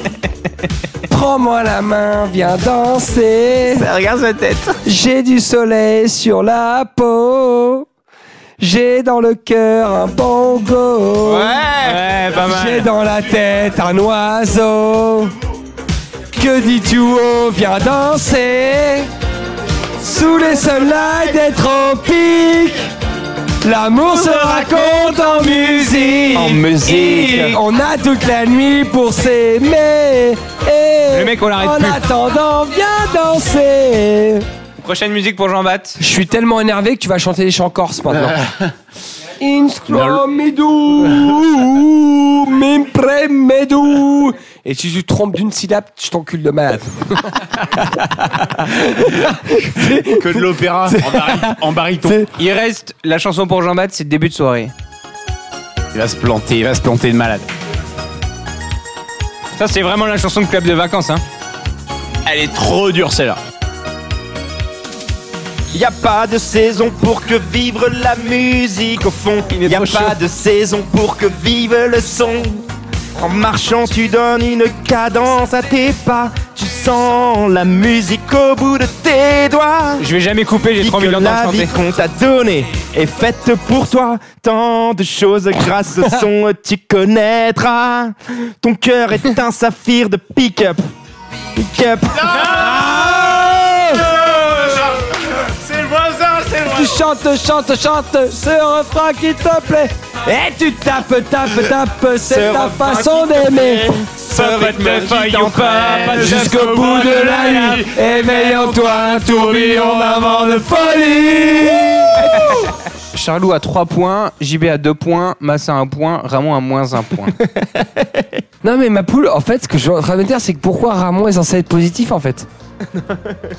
Prends-moi la main, viens danser. Regarde sa tête. J'ai du soleil sur la peau. J'ai dans le cœur un bongo. Ouais, pas J'ai dans la tête un oiseau. Que dis-tu oh, viens danser sous les sunlights des tropiques. L'amour se raconte en musique. En musique. On a toute la nuit pour s'aimer. Et Le mec, on l'arrête En plus. attendant, viens danser. Prochaine musique pour jean bapt Je suis tellement énervé que tu vas chanter des chants corses maintenant. Inscromidou, mimpremedou. Et si tu te trompes d'une syllabe, tu t'encules de malade. Que de l'opéra en, bari- en bariton. Il reste la chanson pour jean bapt c'est début de soirée. Il va se planter, il va se planter de malade. Ça, c'est vraiment la chanson de club de vacances, hein. Elle est trop dure celle-là. Y a pas de saison pour que vivre la musique au fond. est Y a trop pas chaud. de saison pour que vive le son. En marchant, tu donnes une cadence à tes pas. Tu sens la musique au bout de tes doigts. Je vais jamais couper, j'ai Dis trop que envie d'entendre la vie chanter. qu'on t'a donnée est faite pour toi. Ah, Tant de choses grâce au son tu connaîtras. Ton cœur est un saphir de pick-up. Pick-up. Tu chantes, chantes, chantes ce refrain qui te plaît. Et tu tapes, tapes, tapes, c'est ta façon d'aimer. Jusqu'au bout de la nuit, éveille en toi un tourbillon d'avant de folie. Charlot à 3 points, JB à 2 points, Massa à 1 point, Ramon à moins 1 point. Non mais ma poule, en fait, ce que je suis en train de dire, c'est que pourquoi Ramon est censé être positif en fait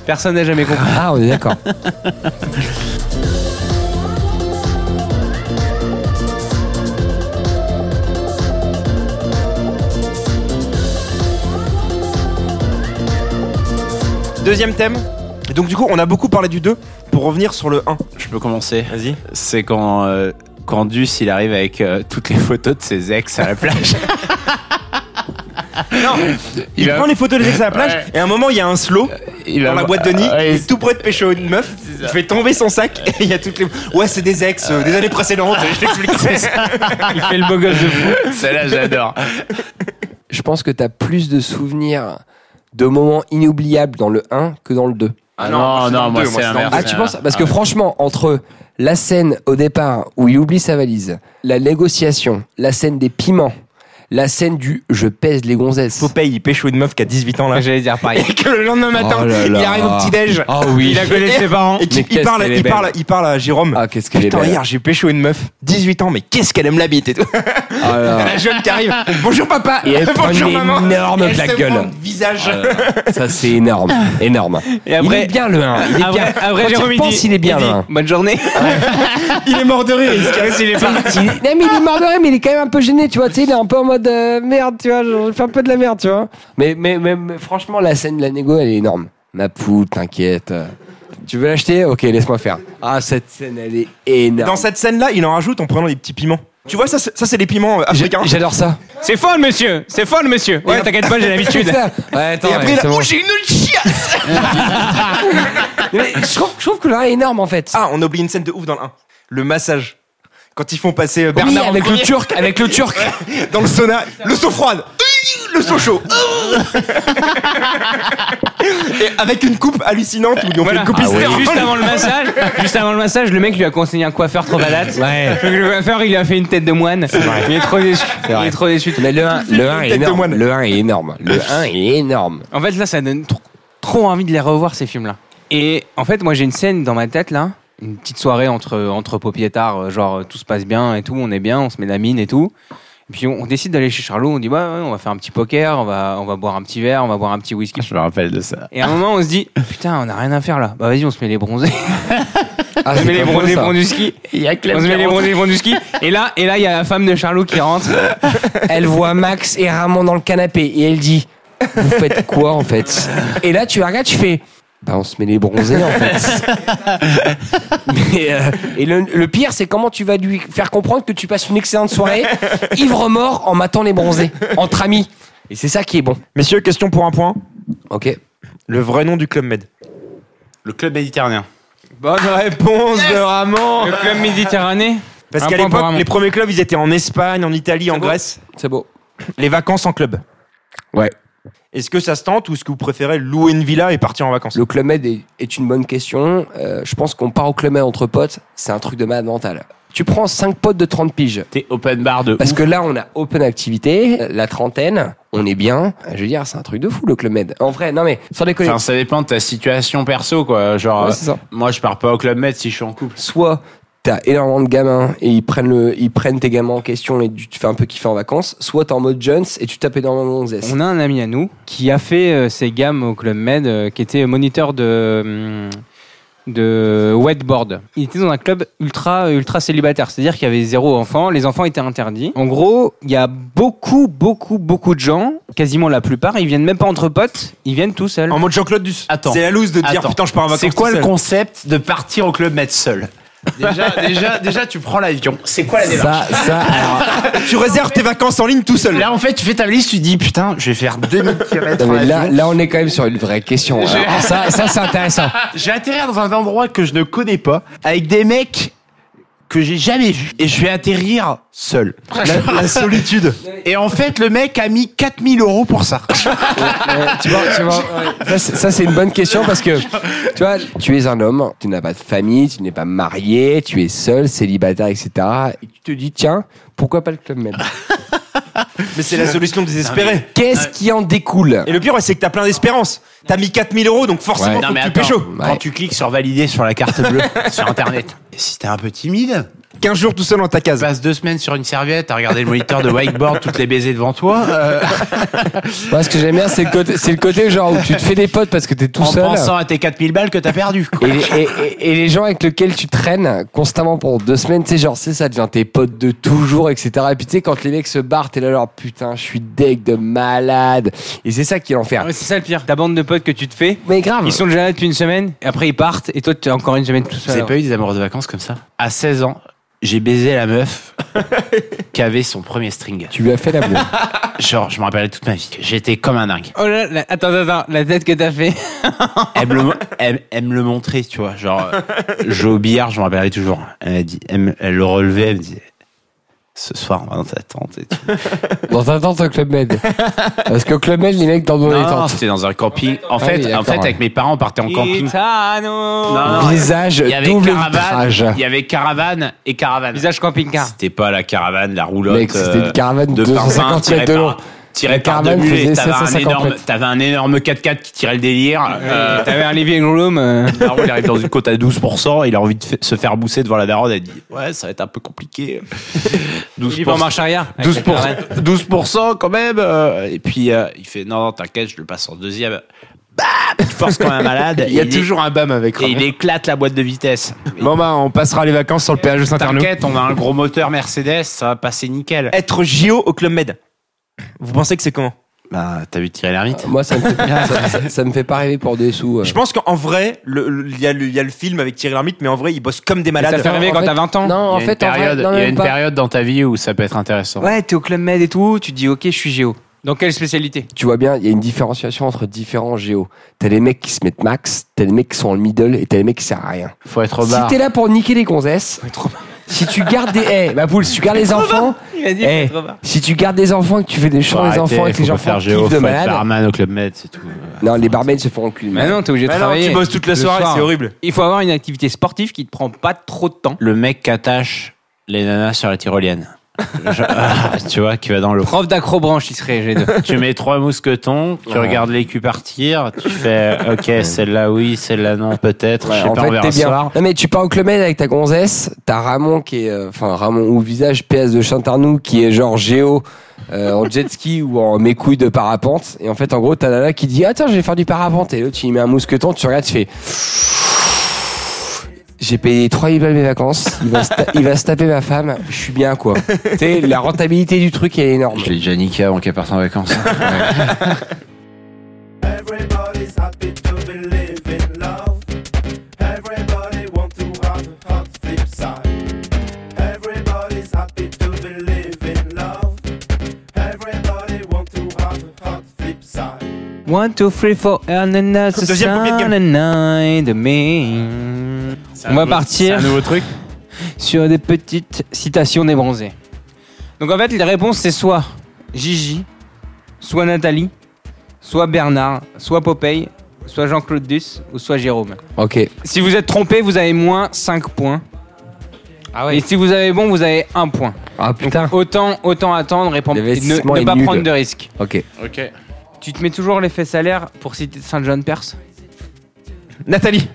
Personne n'a jamais compris. Ah, on est d'accord. Deuxième thème. Euh, Et donc du coup, on a beaucoup parlé du 2 pour revenir sur le 1. Je peux commencer. Vas-y. C'est quand, euh, quand Duce il arrive avec euh, toutes les photos de ses ex à la plage. non, Il, il va, prend les photos des ex à la plage Ouais. et à un moment, il y a un slow il va dans la boîte de nid, Ouais, il est tout près de pêcher une meuf, il fait tomber son sac et il y a toutes les Ouais, c'est des ex euh, des années précédentes, je t'explique. Il fait le beau gosse de fou. Celle-là, j'adore. Je pense que t'as plus de souvenirs de moments inoubliables dans le 1 que dans le 2. Ah non, non, moi c'est l'inverse. Ah, tu penses Parce que franchement, entre la scène au départ où il oublie sa valise, la négociation, la scène des piments, la scène du je pèse les gonzesses. Popeye, il pêche une meuf qui a 18 ans là. J'allais dire pareil. Et que le lendemain matin, Oh là là. il arrive au petit-déj. Ah oui. Il a connu ses parents. Et qu'il- Mais il, qu'est-ce parle, qu'elle est il, belle. parle, il parle à Jérôme. Ah, qu'est-ce qu'elle est Putain, belle. hier, j'ai pêché une meuf, 18 ans, mais qu'est-ce qu'elle aime la bite et tout. Ah là là. La jeune qui arrive. Bonjour papa. Et elle prend Bonjour une maman. énorme Euh, Et elle plaque se Ah. gueule. prend le visage. Ça, c'est énorme. Énorme. Et Il après, Ah est bien le 1. Il est bien. après, après Quand il Jérôme, il repense, dit- il est bien, dit, là. Bonne journée. il est mort de rire. Il se caresse, il est parti. Il- Non, mais il est mort de rire, mais il est quand même un peu gêné, tu vois. Tu sais, il est un peu en mode euh, merde, tu vois. genre, Je fais un peu de la merde, tu vois. Mais, mais, mais, mais franchement, la scène de la négo, elle est énorme. Ma poule, t'inquiète. Tu veux l'acheter Ok, laisse-moi faire. Ah, cette scène, elle est énorme. Dans cette scène-là, il en rajoute en prenant des petits piments. Tu vois, ça, c'est- ça c'est les piments euh, J'ai- africains. J'adore ça. C'est fun, monsieur C'est fun, monsieur Ouais, t'inquiète pas, j'ai l'habitude. Putain. Ouais, attends, Et après, ouais, là, c'est bon. oh, j'ai une autre chiasse Mais je, trouve, je trouve que le 1 est énorme en fait. Ah, on oublie une scène de ouf dans le 1. Le massage. Quand ils font passer euh, Oui, Bernard en avec le premier turc, avec le turc. dans le sauna, le seau froid, le seau chaud. Et avec une coupe hallucinante où ils ont Voilà. fait une coupe Ah hystérique. Ah Juste avant le massage, juste avant le massage, le mec lui a conseillé un coiffeur trop balade. Ouais. Le coiffeur, il lui a fait une tête de moine. Il est trop déçu. Il est trop déçu. Mais le 1, le 1 est Tête de énorme. moine. Ah, Le 1 est énorme. Le 1 est énorme. En fait, là, ça donne tr- trop envie de les revoir, ces films-là. Et en fait, moi, j'ai une scène dans ma tête, là, une petite soirée entre, entre paupiétards, euh, genre euh, tout se passe bien et tout, on est bien, on se met la mine et tout. Et puis, on, on décide d'aller chez Charlot, on dit, ouais, ouais, on va faire un petit poker, on va, on va boire un petit verre, on va boire un petit whisky. Ah, Je me rappelle de ça. Et à un moment, on se dit, putain, on a rien à faire là. Bah, vas-y, on se met les bronzés. Ah, On se c'est met les pas faux, bronzés ça. font du ski. Il y a On se met les bronzés font du ski. Et là, et là, il y a la femme de Charlot qui rentre. Elle voit Max et Ramon dans le canapé et elle dit Vous faites quoi en fait Et là, tu la regardes, tu fais Bah, on se met les bronzés en fait. Mais, euh, et le, le pire, c'est comment tu vas lui faire comprendre que tu passes une excellente soirée, ivre-mort, en matant les bronzés, entre amis. Et c'est ça qui est bon. Messieurs, question pour un point. Ok. Le vrai nom du Club Med. Le club méditerranéen. Bonne réponse de Ramon. Le club Méditerranée. Parce Un qu'à point pour l'époque, Ramon. les premiers clubs, ils étaient en Espagne, en Italie, en beau. Grèce. C'est beau. Ah Les vacances en club. Ouais. Est-ce que ça se tente ou est-ce que vous préférez louer une villa et partir en vacances Le Club Med est, est une bonne question. Euh, je pense qu'on part au Club Med entre potes, c'est un truc de malade mental. Tu prends 5 potes de 30 piges. T'es open bar de Parce ouf. que là, on a open activité, euh, la trentaine, on est bien. Euh, Je veux dire, c'est un truc de fou le Club Med. En vrai, non mais, sans déconner. Enfin, ça dépend de ta situation perso, quoi. Genre, euh, Ouais, c'est ça. moi, je pars pas au club med si je suis en couple. Soit t'as énormément de gamins et ils prennent, le, ils prennent tes gamins en question et tu tu fais un peu kiffer en vacances. Soit t'es en mode Jones et tu tapes énormément de zeste. On a un ami à nous qui a fait euh, ses gammes au Club Med, euh, qui était moniteur de, hum, de wetboard. Il était dans un club ultra, ultra célibataire, c'est-à-dire qu'il y avait zéro enfant, les enfants étaient interdits. En gros, il y a beaucoup, beaucoup, beaucoup de gens, quasiment la plupart, ils viennent même pas entre potes, ils viennent tout seuls. En mode Jean-Claude Duss. Attends. C'est la loose de dire Attends. putain, je pars en vacances. C'est quoi tout le seul. concept de partir au club med seul déjà, déjà, déjà, tu prends l'avion. C'est quoi la démarche Ça, ça, alors, Tu réserves tes vacances en ligne tout seul. Là, en fait, tu fais ta liste, tu dis, putain, je vais faire 2000 km non, en mais là, avion. là, on est quand même sur une vraie question. Alors, ça, ça c'est intéressant. Je vais atterrir dans un endroit que je ne connais pas, avec des mecs que j'ai jamais vus, et je vais atterrir seul. La, la solitude. Et en fait, le mec a mis 4000 euros pour ça. Ouais, Euh, tu vois, tu vois, ouais. Ça, c'est- ça, c'est une bonne question parce que tu vois, tu es un homme, tu n'as pas de famille, tu n'es pas marié, tu es seul, célibataire, etc. Et tu te dis tiens, pourquoi pas le club même Mais c'est la solution désespérée. Qu'est-ce qui en découle Et le pire, ouais, c'est que t'as plein d'espérance. T'as mis 4000 euros, donc forcément, Ouais. faut que tu pécho. quand tu cliques sur valider sur la carte bleue sur internet, et si t'es un peu timide, 15 jours tout seul dans ta tu case. passes deux semaines sur une serviette à regarder le moniteur de whiteboard, toutes les baisers devant toi, euh, Moi, ce que j'aime bien, c'est le côté, c'est le côté genre où tu te fais des potes parce que t'es tout en seul. pensant à tes 4000 balles que t'as perdu. Et, et- et- et les gens avec lesquels tu traînes constamment pendant deux semaines, tu sais, genre, c'est ça devient tes potes de toujours, etc. Et puis, tu sais, quand les mecs se barrent, t'es là, genre, putain, je suis deg de malade. Et c'est ça qui est l'enfer. Ah ouais, c'est ça le pire. Ta bande de potes que tu te fais, Mais grave. ils sont déjà là depuis une semaine, et après ils partent, et toi tu as encore une semaine tout Vous avez seul. pas eu des amoureux de vacances comme ça À 16 ans, j'ai baisé la meuf qui avait son premier string. Tu lui as fait l'amour. Genre, je me rappellerai toute ma vie. J'étais comme un dingue. Oh là là, attends, attends, la tête que t'as fait. Elle me, le- elle- elle me le montrait, tu vois. Genre, euh, Jo Billard, je me rappellerai toujours. Elle, m'a dit, elle, me- elle le relevait, elle me disait Ce soir, on va dans ta tente. Et tout. Dans un tente au Club Med. Parce qu'au Club Med, les mecs t'en donnent les Non, non, tentes. c'était dans un camping. En Ah oui, fait, en d'accord, fait ouais. avec mes parents, on partait en camping. Non, Gitano. non, Visage Il y avait double caravane, vitrage. Ah. il y avait caravane et caravane. Visage camping-car. C'était pas la caravane, la roulotte. Mec, c'était une euh, caravane de de par 20 250 tiré mètres de long. par, tiré La par deux caravane faisait mulets. T'avais un, 750 énorme- mètres. t'avais un énorme 4x4 qui tirait le délire. Euh, T'avais un living room. euh, Daron, il arrive dans une côte à 12%, il a envie de fa- se faire bousser devant la daronne, elle dit Ouais, ça va être un peu compliqué. 12%, Il va en marche arrière. 12%, 12% quand même. euh, Et puis euh, il fait Non, non, t'inquiète, je le passe en deuxième. Bam Il force quand même malade. Il y a et toujours un BAM avec Et il éclate la boîte de vitesse. Bon bah, on passera les vacances sur le péage de Saint-Arnaud. T'inquiète, on a un gros moteur Mercedes, ça va passer nickel. Être JO au Club Med. Vous pensez que c'est comment Bah, t'as vu tirer l'ermite Moi, ça me, fait, ça, ça- ça me fait pas rêver pour des sous. euh. Je pense qu'en vrai, le- le- il y, a le- il y a le film avec Thierry Lhermitte, mais en vrai, il bosse comme des Ça te malades. fait rêver en quand fait, t'as 20 ans Non, en il y a une fait, en vrai, période, non, il y a même une pas. période dans ta vie où ça peut être intéressant. Ouais, t'es au Club Med et tout, tu te dis ok, je suis géo. Dans quelle spécialité Tu vois bien, il y a une différenciation entre différents géos. T'as les mecs qui se mettent max, t'as les mecs qui sont en middle et t'as les mecs qui servent à rien. Faut être au si bar. t'es là pour niquer les gonzesses, si tu gardes des, eh, ma poule, si tu gardes les enfants, Il a dit Eh. si tu gardes des enfants et que tu fais des Faut chants des arrêter, enfants et que faut les pas gens faire font géo, kiff faut de être malade. barman au club med, c'est tout. Non, les barmaids se font enculer. Bah non, t'es obligé de Bah non, travailler. tu bosses toute la Le soirée, soir. c'est horrible. Il faut avoir une activité sportive qui te prend pas trop de temps. Le mec qui attache les nanas sur la tyrolienne. Je- Ah, tu vois, qui va dans le. Prof d'acrobranche, il serait G2. Tu mets trois mousquetons, tu Ouais. regardes les culs partir, tu fais euh, ok, celle-là oui, celle-là non, peut-être, Ouais, je sais en pas, on fait, verra t'es ce bien. soir. Non, mais tu pars au Club Med avec ta gonzesse, t'as Ramon qui est, euh, enfin, Ramon ou visage PS de Chantarnou qui est genre géo, euh, en jet ski ou en mes couilles de parapente. Et en fait, en gros, t'as Nana qui dit, attends, je vais faire du parapente. Et l'autre, il met un mousqueton, tu regardes, tu fais, j'ai payé 3000 balles mes vacances, il va, se ta- il va se taper ma femme, je suis bien, quoi. tu sais, la rentabilité du truc, elle est énorme. Je l'ai déjà niqué avant qu'elle parte en vacances. Everybody's happy to believe in love. Everybody want to have a hot flip side. Everybody's happy to believe in love. Everybody want to have a hot flip side. One, two, three, four, and another Deuxième couplet de gamme. sun and I me. On va partir nouveau truc sur des petites citations des bronzés. Donc en fait, les réponses, c'est soit Gigi, soit Nathalie, soit Bernard, soit Popeye, soit Jean-Claude Duss ou soit Jérôme. Ok. Si vous êtes trompé, vous avez moins 5 points. Ah Et si vous avez bon, vous avez 1 point. Ah, Donc, putain. autant, autant attendre et prendre- et ne, L'investissement ne est pas nul. prendre de risques. Ok. Ok. Tu te mets toujours l'effet salaire pour citer Saint-John Perse Nathalie,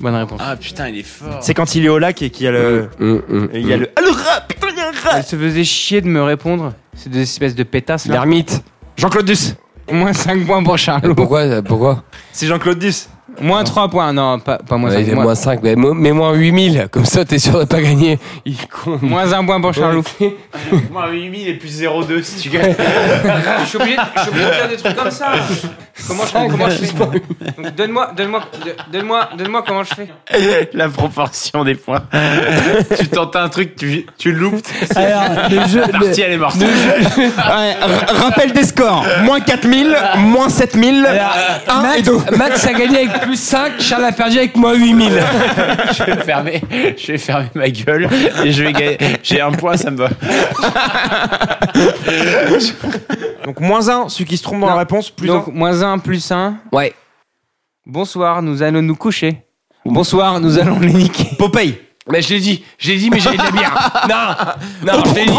Bonne réponse. Ah putain, il est fort. c'est quand il est au lac et qu'il y a le. Hum, hum, et Il y a hum. le. Ah, le rat Putain, il y a un rat Elle se faisait chier de me répondre. C'est des espèces de pétasses là. L'ermite. Jean-Claude Duss Au Moins 5 points pour Charlot. Pourquoi, pourquoi? C'est Jean-Claude Duss Moins 3 points. Non, pas, pas moins Ouais, 5 moins, 5, mais, mo- mais moins 8000, comme ça t'es sûr de pas gagner. Il est con. Moins 1 point pour Charlot. Moi, Mimi, il est plus 0,2 si tu gagnes. je suis obligé, de- je suis obligé de faire des trucs comme ça. Comment je, comment je fais Donc, Donne-moi, donne-moi, donne-moi, donne-moi comment je fais. La proportion des points. tu tentes un truc, tu, tu loupes, Alors, le jeu, la partie elle est morte. Rappel des scores moins 4000, moins 7000, 1 et 2. Max a gagné avec plus 5, Charles a perdu avec moins 8000. je, vais fermer, je vais fermer ma gueule et je vais gagner. J'ai un point, ça me va. Donc moins 1, celui qui se trompe dans Non. la réponse, plus Donc, moins 1 plus 1. Ouais. Bonsoir, nous allons nous coucher. Bonsoir, nous allons les niquer. 1. Popeye. Mais je l'ai dit, je l'ai dit, mais j'ai mis de la bière. Non, non, je l'ai dit,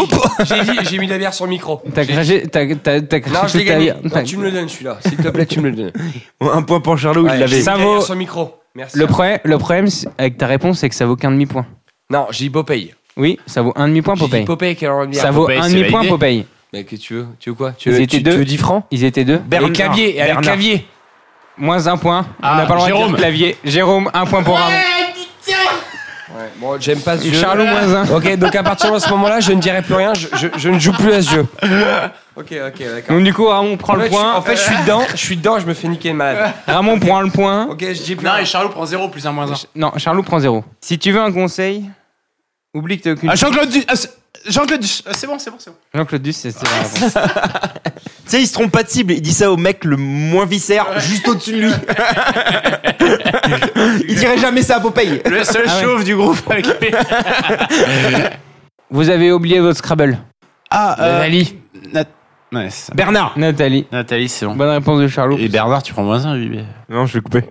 j'ai dit, j'ai mis de la bière sur le micro. T'as craché, t'as, t'as, t'as craché Non, je l'ai toute ta gagné. vie. Non, T'as- tu me le donnes celui-là, s'il te plaît, tu me le donnes. Un point pour Charlot, Ouais, il l'avait. j'ai mis Ça de la bière vaut- sur le micro. Merci. Le, problème, le problème c'est- avec ta réponse, c'est que ça vaut qu'un demi-point. Non, j'ai dit Popeye. Oui, ça vaut un demi-point, J'ai dit Popeye. Popeye qui est en bière. Ça vaut Popeye, un c'est demi-point, validé. Popeye. Mais que tu veux, tu veux quoi Tu Ils veux, étaient tu, deux. tu veux 10 francs Ils étaient deux. Et clavier, et avec Bernard. clavier. Moins un point. On Ah, n'a pas le droit de Jérôme. dire clavier. Jérôme, un point pour Ramon. Ouais, bon, j'aime pas ce jeu. Charlot, moins un. Ok, donc à partir de ce moment-là, je ne dirai plus rien, je, je- je ne joue plus à ce jeu. Ok, ok, d'accord. Donc, du coup, Ramon prend le point. en fait, je suis dedans, je suis dedans, je me fais niquer le malade. Ramon prend le point. Ok, je dis plus. Non, et Charlot prend 0 plus 1 moins 1. Ch- Non, Charlot prend zéro. Si tu veux un conseil, oublie que t'as aucune. Jean-Claude Du- ah, c'est- Jean-Claude, Du- ah, c'est bon, c'est bon, c'est bon. Jean-Claude Duss, c'est c'est la réponse. Tu sais, il se trompe pas de cible. Il dit ça au mec le moins viscère, juste au-dessus de lui. il dirait jamais ça à Popeye. Le seul Ah ouais. chauve du groupe avec Vous avez oublié votre Scrabble. Ah, Nathalie. Ouais, c'est ça. Bernard. Nathalie. Nathalie, c'est bon. Bonne réponse de Charlot. Et Bernard, tu prends moins 1, JB. Non, je vais couper.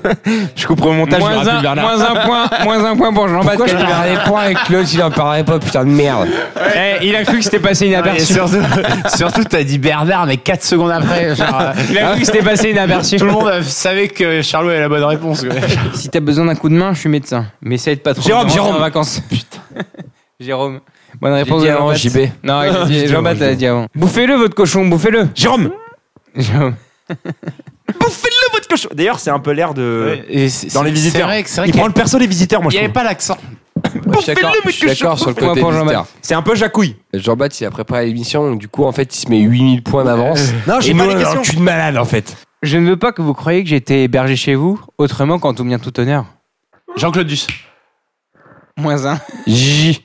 je couperai au montage. Moins un, moins un point, moins un point pour Jean. Pourquoi je Pascal. perds des points avec l'autre, il en parlerait pas, putain de merde. Eh, il a cru que c'était passé Ah, inaperçu. surtout, t'as dit Bernard, mais 4 secondes après. Genre, euh, Il a cru que c'était passé inaperçu. tout le monde euh, savait que Charlot avait la bonne réponse. quoi. Si t'as besoin d'un coup de main, je suis médecin. Mais ça aide pas trop. Jérôme, Non, Jérôme. En vacances. Putain. Jérôme. Bonne J'ai réponse dit de avant, Jean-Baptiste. JB. Non, il a dit- Putain, Jean-Baptiste Jérôme. a dit avant. Bouffez-le, votre cochon, bouffez-le. Jérôme. Jérôme. Bouffez-le votre cochon. D'ailleurs, c'est un peu l'air de. Euh, Et c'est- Dans les c'est- visiteurs. C'est vrai, que- c'est vrai Il qu'il y prend a- le perso des visiteurs, moi il je n'y avait trouve. pas l'accent. Moi, je suis d'accord- je suis d'accord sur le Moi, côté pour Jean-Baptiste. mystère. C'est un peu jacouille. Jean-Baptiste, il a préparé l'émission, donc du coup, en fait, il se met 8000 points d'avance. Non, j'ai pas les questions. Je suis de malade en fait. Je ne veux pas que vous croyiez que j'étais hébergé chez vous, autrement qu'en tout bien tout honneur. Jean-Claude Duss. Moins un, J.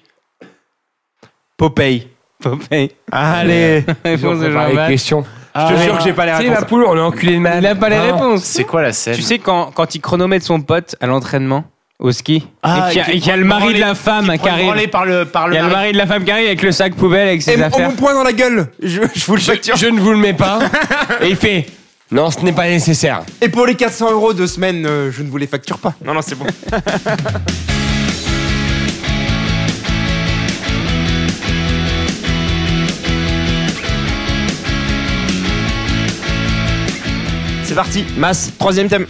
Popeye. Popeye. Allez. Réponse de Préparé les Jean-Baptiste. questions. Je te jure que j'ai pas les Tu sais, la réponses. poule, on l'a enculé de Il malade. n'a pas les réponses. Ah. C'est quoi la scène Tu sais, quand, quand il chronomètre son pote à l'entraînement, au ski, Ah, et qu'il y a- qui et qu'il y, a le mari de la femme qui Branlé arrive. par le, par Il le y a le mari. mari de la femme qui arrive avec le sac poubelle, avec ses Et on affaires. mon point dans la gueule. Je, je vous le facture. Je ne vous le mets pas. Et il fait Non, ce n'est pas nécessaire. Et pour les 400 euros de semaine, euh, je ne vous les facture pas. Non, non, c'est bon. C'est parti, masse, troisième thème.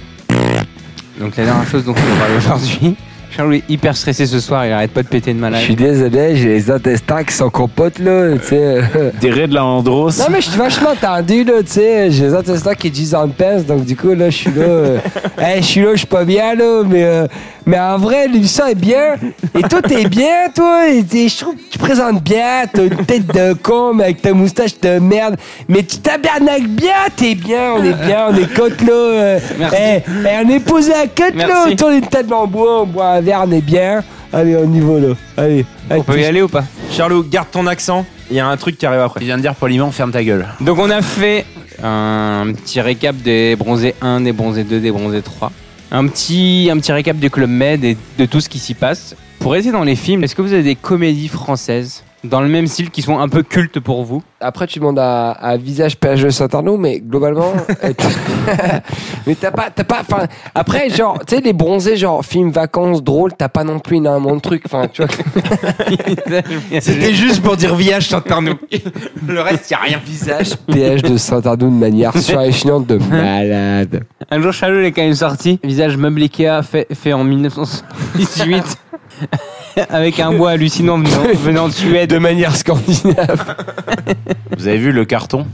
Donc la dernière chose dont on parle aujourd'hui. Charles est hyper stressé ce soir, il arrête pas de péter de malade. désolé, j'ai les intestins qui s'en compotent, là, tu sais. Des raies de la Andros. Non, mais je suis vachement tendu, là, tu sais. J'ai les intestins qui disent en pince, donc du coup, là, je suis là. euh, hey, je suis là, je suis pas bien, là, mais, euh, mais en vrai, l'émission est bien. Et toi, t'es bien, toi. Et t'es- je trouve que tu présentes bien. T'as une tête de con, mais avec ta moustache de merde. Mais tu t'abernacles bien, t'es bien, on est bien, on est côte, là. euh, Merci. hey, hey, on est posé à côte, là, Merci. autour d'une table en bois, on boit un verre, on est bien. Allez, on y va, là. Allez, On peut y aller ou pas Charlot, garde ton accent. Il y a un truc qui arrive après. Il vient de dire poliment, ferme ta gueule. Donc on a fait un petit récap des bronzés 1, des bronzés 2, des bronzés 3. Un petit, un petit récap du Club Med et de tout ce qui s'y passe. Pour rester dans les films, est-ce que vous avez des comédies françaises dans le même style qui sont un peu cultes pour vous Après, tu demandes à, à visage PH de Saint-Arnaud, mais globalement. euh, t'as- mais t'as pas. T'as pas enfin, après, genre, tu sais, les bronzés, genre, film vacances, drôle, t'as pas non plus énormément de trucs. Enfin, tu vois. C'était juste pour dire village Saint-Arnaud. le reste, il a rien. Visage PH de E Saint-Arnaud de manière suréchinante de malade. Un jour, Chalot, il est quand même sorti. Visage meuble Ikea fait, fait en 1918 avec un bois hallucinant venant, venant de Suède. De manière scandinave. Vous avez vu le carton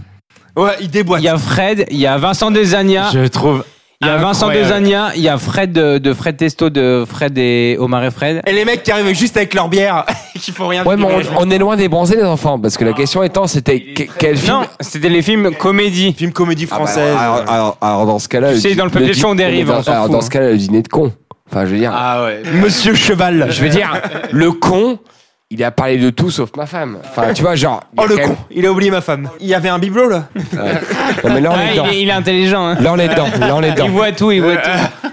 Ouais, il déboîte. Il y a Fred, il y a Vincent Desagna. Je trouve. Il y a Vincent Incroyable. Desagna, il y a Fred de, de Fred Testo, de Fred et Omar et Fred. Et les mecs qui arrivent juste avec leur bière, qui font rien. Ouais, mais on, on est loin des bronzés, les enfants, parce que la question étant, c'était que- quel film. Ah. Non, c'était les films comédie. Film comédie Ah bah, française. alors, alors- alors, dans ce cas-là. Tu sais, di- dans le peuple des di- chiens, on dérive, dans- on s'en alors, fout, dans ce hein. cas-là, le dîner de con. Enfin, je veux dire. Ah ouais. Monsieur Cheval. Je veux dire, le con, il a parlé de tout sauf ma femme. Enfin, tu vois, genre. Oh il y a le quand même- con, il a oublié ma femme. Il y avait un bibelot là. Non, mais là, on Ah, est il, dedans. est, il est intelligent, hein. Là, on est dedans. Là, on est Il dedans. voit tout, il voit tout.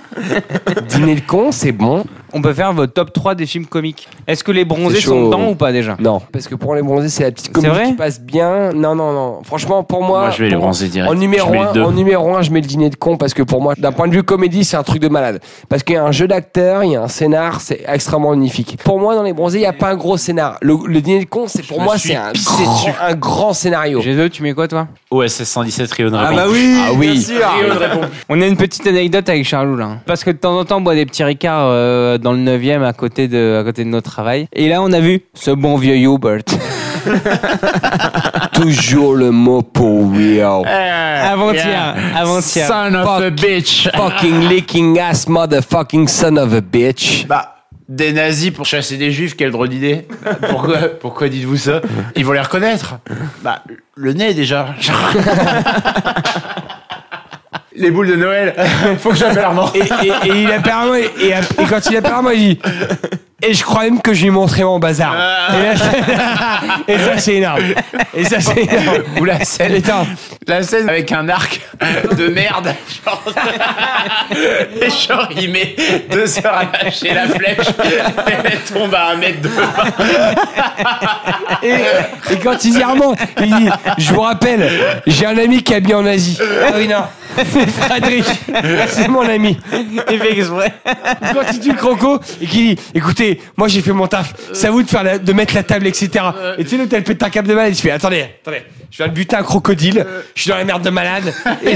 Dîner le con, c'est bon. On peut faire votre top 3 des films comiques. Est-ce que les bronzés C'est sont chaud. dedans ou pas déjà Non. Parce que pour les bronzés, c'est la petite comédie vrai qui passe bien. Non, non, non. Franchement, pour moi. Moi, je vais les pour- bronzer direct. En Je numéro, mets les 1, deux. en numéro un, je mets le dîner de con parce que pour moi, d'un point de vue comédie, c'est un truc de malade. Parce qu'il y a un jeu d'acteur, il y a un scénar, c'est extrêmement magnifique. Pour moi, dans les bronzés, il n'y a pas un gros scénar. Le, le dîner de con, c'est pour me moi, suis c'est un, pissé grand- dessus. un grand scénario. Jésus, tu mets quoi toi OSS 117 Rio de Ah Répond. bah oui, Ah oui. bien sûr. On a une petite anecdote avec Charlou là. hein. Parce que de temps en temps, on boit des petits ricards euh, dans le 9 e à côté de à côté de notre travail. Et là, on a vu ce bon vieux Hubert. Toujours le mot pour real. Avant-hier, Eh, avant-hier. Son of Eh, Fuck. a bitch. fucking leaking ass motherfucking son of a bitch. Bah, des nazis pour chasser des juifs, quelle drôle d'idée. Pourquoi, pourquoi dites-vous ça Ils vont les reconnaître. Bah, le nez déjà. les boules de Noël, faut jamais leur Et, et- et il apparemment, et, et- et quand il apparemment, il dit. Et je crois même que je lui ai montré mon bazar. Et, là, c'est- et ça, c'est énorme. Et ça, c'est énorme. Ou la scène, Putain. la scène avec un arc de merde. Genre, et genre il met deux heures à lâcher la flèche, elle tombe à un mètre de Et, et quand il dit Armand, il dit Je vous rappelle, j'ai un ami qui habite en Asie. Ah oui, non. Frédéric, c'est mon ami. Il fait exprès. Quand il tue le croco et qu'il dit Écoutez, moi j'ai fait mon taf, c'est à vous de, faire la- de mettre la table, etc. Et tu sais, l'hôtel pète un câble de malade, il se fait Attendez, attendez, je viens de buter un crocodile, je suis dans la merde de malade. Et-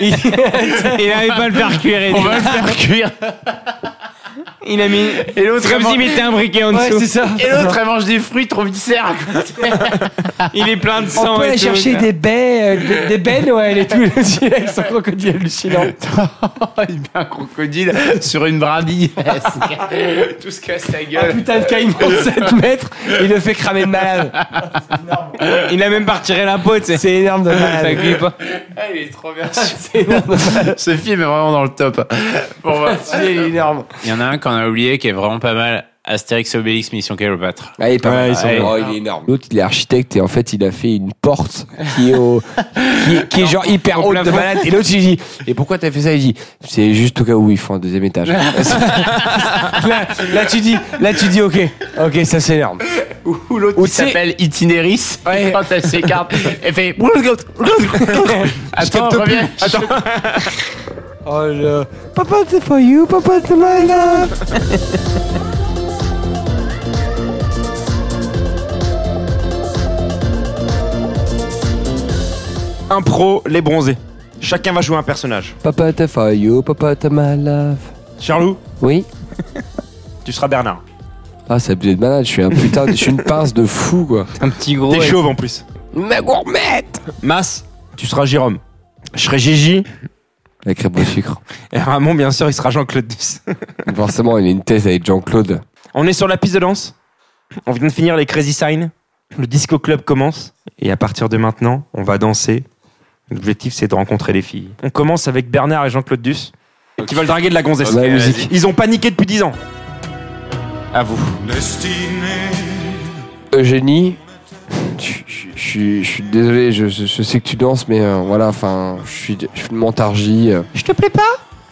Il n'arrive pas à le faire cuire. On va le faire cuire. Il a mis. Et l'autre, Comme s'il mettait un briquet en dessous. ça. Et l'autre, elle mange des fruits trop viscères. Il est plein de sang. On peut et aller tout, chercher ça. des baies, euh, des, des baies Noël et tout. Avec son crocodile hallucinant. Il met un crocodile sur une brindille. Tout se casse la gueule. Putain de caïman de 7 mètres, il le fait cramer de malade. Il a même pas retiré la peau, tu sais. C'est énorme de Ça malade. cuit pas. Ah, il est trop bien. C'est énorme de malade. Ce film est vraiment dans le top. Bon, bah, Il est énorme. Il y en a un qu'on a oublié qui est vraiment pas mal. Astérix et Obélix, Mission Cléopâtre. Ah, il est pas mal. ils sont Ah, bons. oh, il est énorme. L'autre, il est architecte et en fait, il a fait une porte qui est, au- qui est, qui est genre hyper haute de plafond. malade. Et l'autre, il dit Et pourquoi t'as fait ça Il dit C'est juste au cas où ils font un deuxième étage. là, là, tu dis Là, tu dis Ok, ok, ça c'est énorme. Ou l'autre Ou qui tu sais- s'appelle Itinéris. Ouais. Quand elle s'écarte, elle fait. Attends, capte reviens. Attends. Oh le Papa c'est for you, papa c'est my love. Impro, les bronzés. Chacun va jouer un personnage. Papa c'est for you, papa c'est my love. Charlot, Oui. tu seras Bernard. Ah ça abusé de malade, je suis un putain, de- je suis une pince de fou quoi. Un petit gros. T'es avec- chauve en plus. Ma gourmette. Mas, tu seras Jérôme. Je serai Gigi. La crêpe au sucre. Et Ramon, bien sûr, il sera Jean-Claude Duss. Forcément il a une thèse avec Jean-Claude. On est sur la piste de danse. On vient de finir les Crazy Signs. Le disco club commence. Et à partir de maintenant, on va danser. L'objectif, c'est de rencontrer les filles. On commence avec Bernard et Jean-Claude Duss, qui veulent draguer de la gonzesse. la musique. Ils ont paniqué depuis 10 ans. À vous. Eugénie. Je je- je suis je suis désolé, je, je- je sais que tu danses, mais euh, voilà, enfin, je suis, je suis de Montargis. euh. Je te plais pas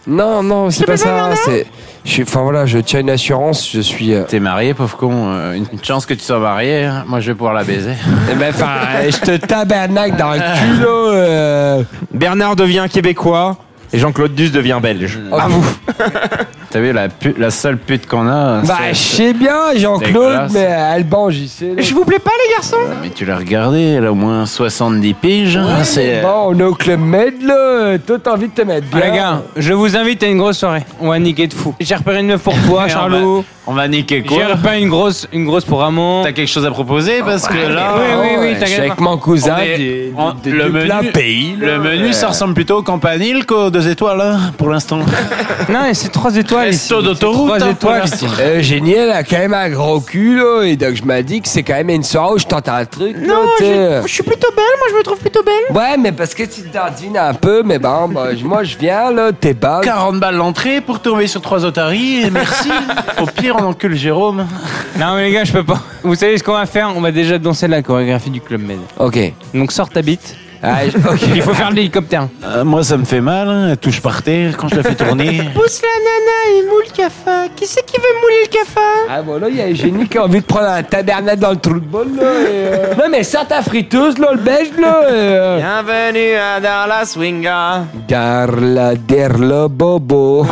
Non, non, c'est pas ça. C'est, je suis- enfin voilà, je tiens une assurance, je suis. euh, T'es marié, pauvre con. euh, Une une chance que tu sois marié. hein. Moi, je vais pouvoir la baiser. Eh ben, enfin, euh, je te tabernacle dans le culot. euh. Bernard devient québécois et Jean-Claude Duss devient belge. Ah, vous. T'as vu la, pu- la seule pute qu'on a hein, Bah, c'est- je sais bien, Jean-Claude, Dégueulasse. mais Alban, j'y sais. là. vous plais pas, les garçons Mais tu l'as regardé, elle a au moins 70 piges. hein, c'est... euh, Bon, on est au Club Med, là. Toi, t'as envie de te Ah, mettre bien. Les gars, je vous invite à une grosse soirée. On va niquer de fou. J'ai repéré une meuf pour toi, Charlot. On va niquer J'ai quoi repéré une grosse, une grosse pour Ramon. T'as quelque chose à proposer Parce que là, oui, oui, oui, Je suis t'inquiète Ah avec pas. mon cousin. on est- des- on- des- le des plats menu, pays, là. le menu ça ressemble plutôt au campanile qu'aux deux étoiles, hein, pour l'instant. Non, mais c'est trois étoiles. ici. Resto d'autoroute, C'est hein, Trois pour étoiles. l'instant. ici. Euh, génial, elle a quand même un gros cul, là, et donc je m'a dit que c'est quand même une soirée où je tente un truc, là, tu sais. suis plutôt belle, moi je me trouve plutôt belle. Ouais, mais parce que tu te dandines un peu, mais bon, bah, j- moi, je viens, là, t'es bas. 40 balles l'entrée pour tomber sur trois otaries, et merci. Au pire, on encule Jérôme. Non, mais les gars, je peux pas. Vous savez ce qu'on va faire On va déjà danser la chorégraphie du Club Med. Ok. Donc sors ta bite. Ah, j- ok. Il faut faire de l'hélicoptère. Euh, moi, ça me fait mal, hein, elle touche par terre quand je la fais tourner. Ah bon là, il y a Eugénie qui a envie de prendre un tabernacle dans le trou de bol là. et, euh, Non mais sors ta friteuse là, le belge là. et, euh, Bienvenue à Darla Swinga. Darla derla bobo.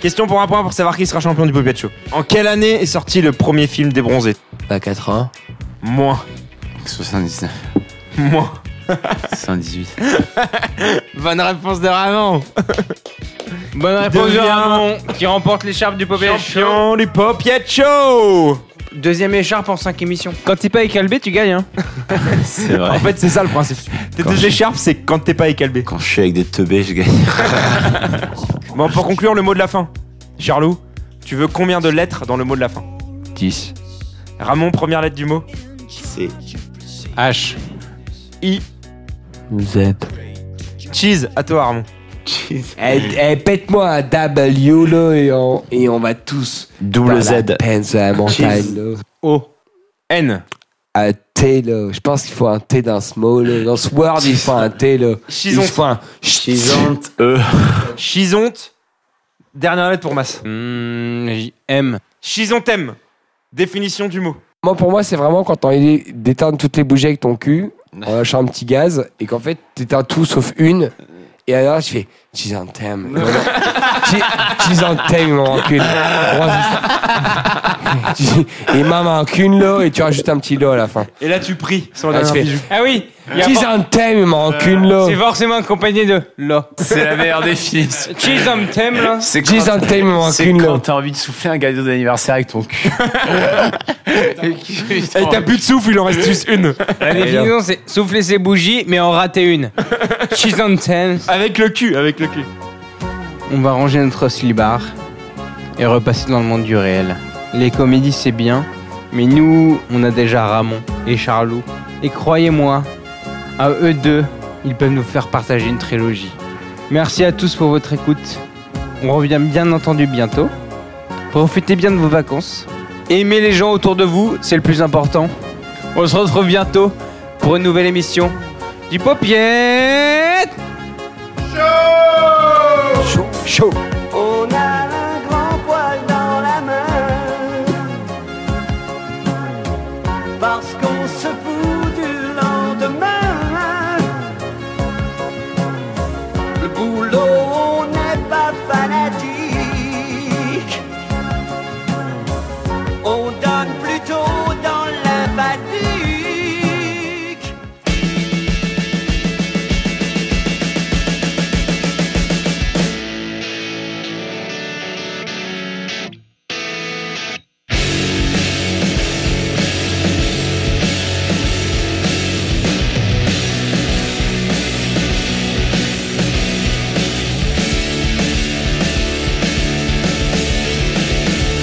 Question pour un point pour savoir qui sera champion du Puppet Show. En quelle année est sorti le premier film des bronzés Bah 80. Moins. 79, Moins. 78. Bonne réponse de Ramon. Bonne réponse de Devient- Ramon qui remporte l'écharpe du Popeye Show. Champion du Puppet Show. Deuxième écharpe en 5 émissions. Quand t'es pas avec Albé, tu gagnes. Hein. C'est En vrai. fait, c'est ça le principe. Tes Quand deux je- écharpes, c'est quand t'es pas écalbé. Quand je suis avec des teubés, je gagne. Bon, pour conclure, le mot de la fin. Charlot, tu veux combien de lettres dans le mot de la fin 10. Ramon, première lettre du mot. C'est H. Z. Cheese, à toi, Ramon. Eh, eh, pète-moi un W là et on, et on va tous double dans la Z. pince à la montagne là. O. N. Un T là. Je pense qu'il faut un T dans ce mot là. Dans ce word il faut un T là. Il Chisonte. faut un Chisante, E. Chisonte. Dernière lettre pour Mas. Mm, J. M. Chisontem. Définition du mot. Moi, pour moi, c'est vraiment quand t'as envie d'éteindre toutes les bougies avec ton cul, en lâchant un petit gaz, et qu'en fait, t'éteins tout sauf une, et alors tu fais « She's on time ». She's on time, mon cul. Tu dis, et maman, qu'une lot et tu rajoutes un petit lot à la fin. Et là, tu pries sur Là, tu fais, Ah oui il y a Cheese for- and thème, maman, qu'une lot. C'est forcément accompagné de là. C'est la meilleure définition. Cheese on thème là. C'est Cheese and thème, maman, C'est qu'une quand lot. t'as envie de souffler un gâteau d'anniversaire avec ton cul. Et Eh, t'as plus de souffle, il en reste juste une. La définition c'est souffler ses bougies mais en rater une. Cheese on thème. Avec le cul, avec le cul. On va ranger notre slibar et repasser dans le monde du réel. Les comédies, c'est bien, mais nous, on a déjà Ramon et Charlot. Et croyez-moi, à eux deux, ils peuvent nous faire partager une trilogie. Merci à tous pour votre écoute. On revient bien entendu bientôt. Profitez bien de vos vacances. Aimez les gens autour de vous, c'est le plus important. On se retrouve bientôt pour une nouvelle émission du Popiette On a un grand poil dans la main Parce qu'on se fout du lendemain Le boulot, on n'est pas fanatique On donne plutôt dans la fatigue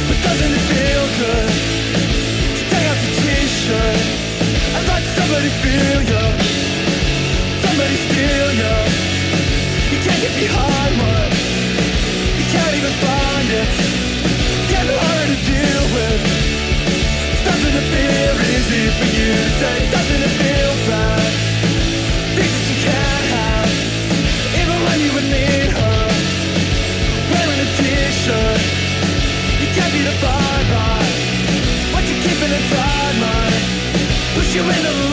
But doesn't it feel good to take off the t-shirt and let somebody feel you? Somebody steal you. You can't get behind one. You can't even find it. Getting harder to deal with. It's Nothing to feel easy for you. Say, doesn't it feel bad? Things that you can't have, even when you would need her. Wearing a t-shirt. You can't be defined by what you're keeping inside, my push you into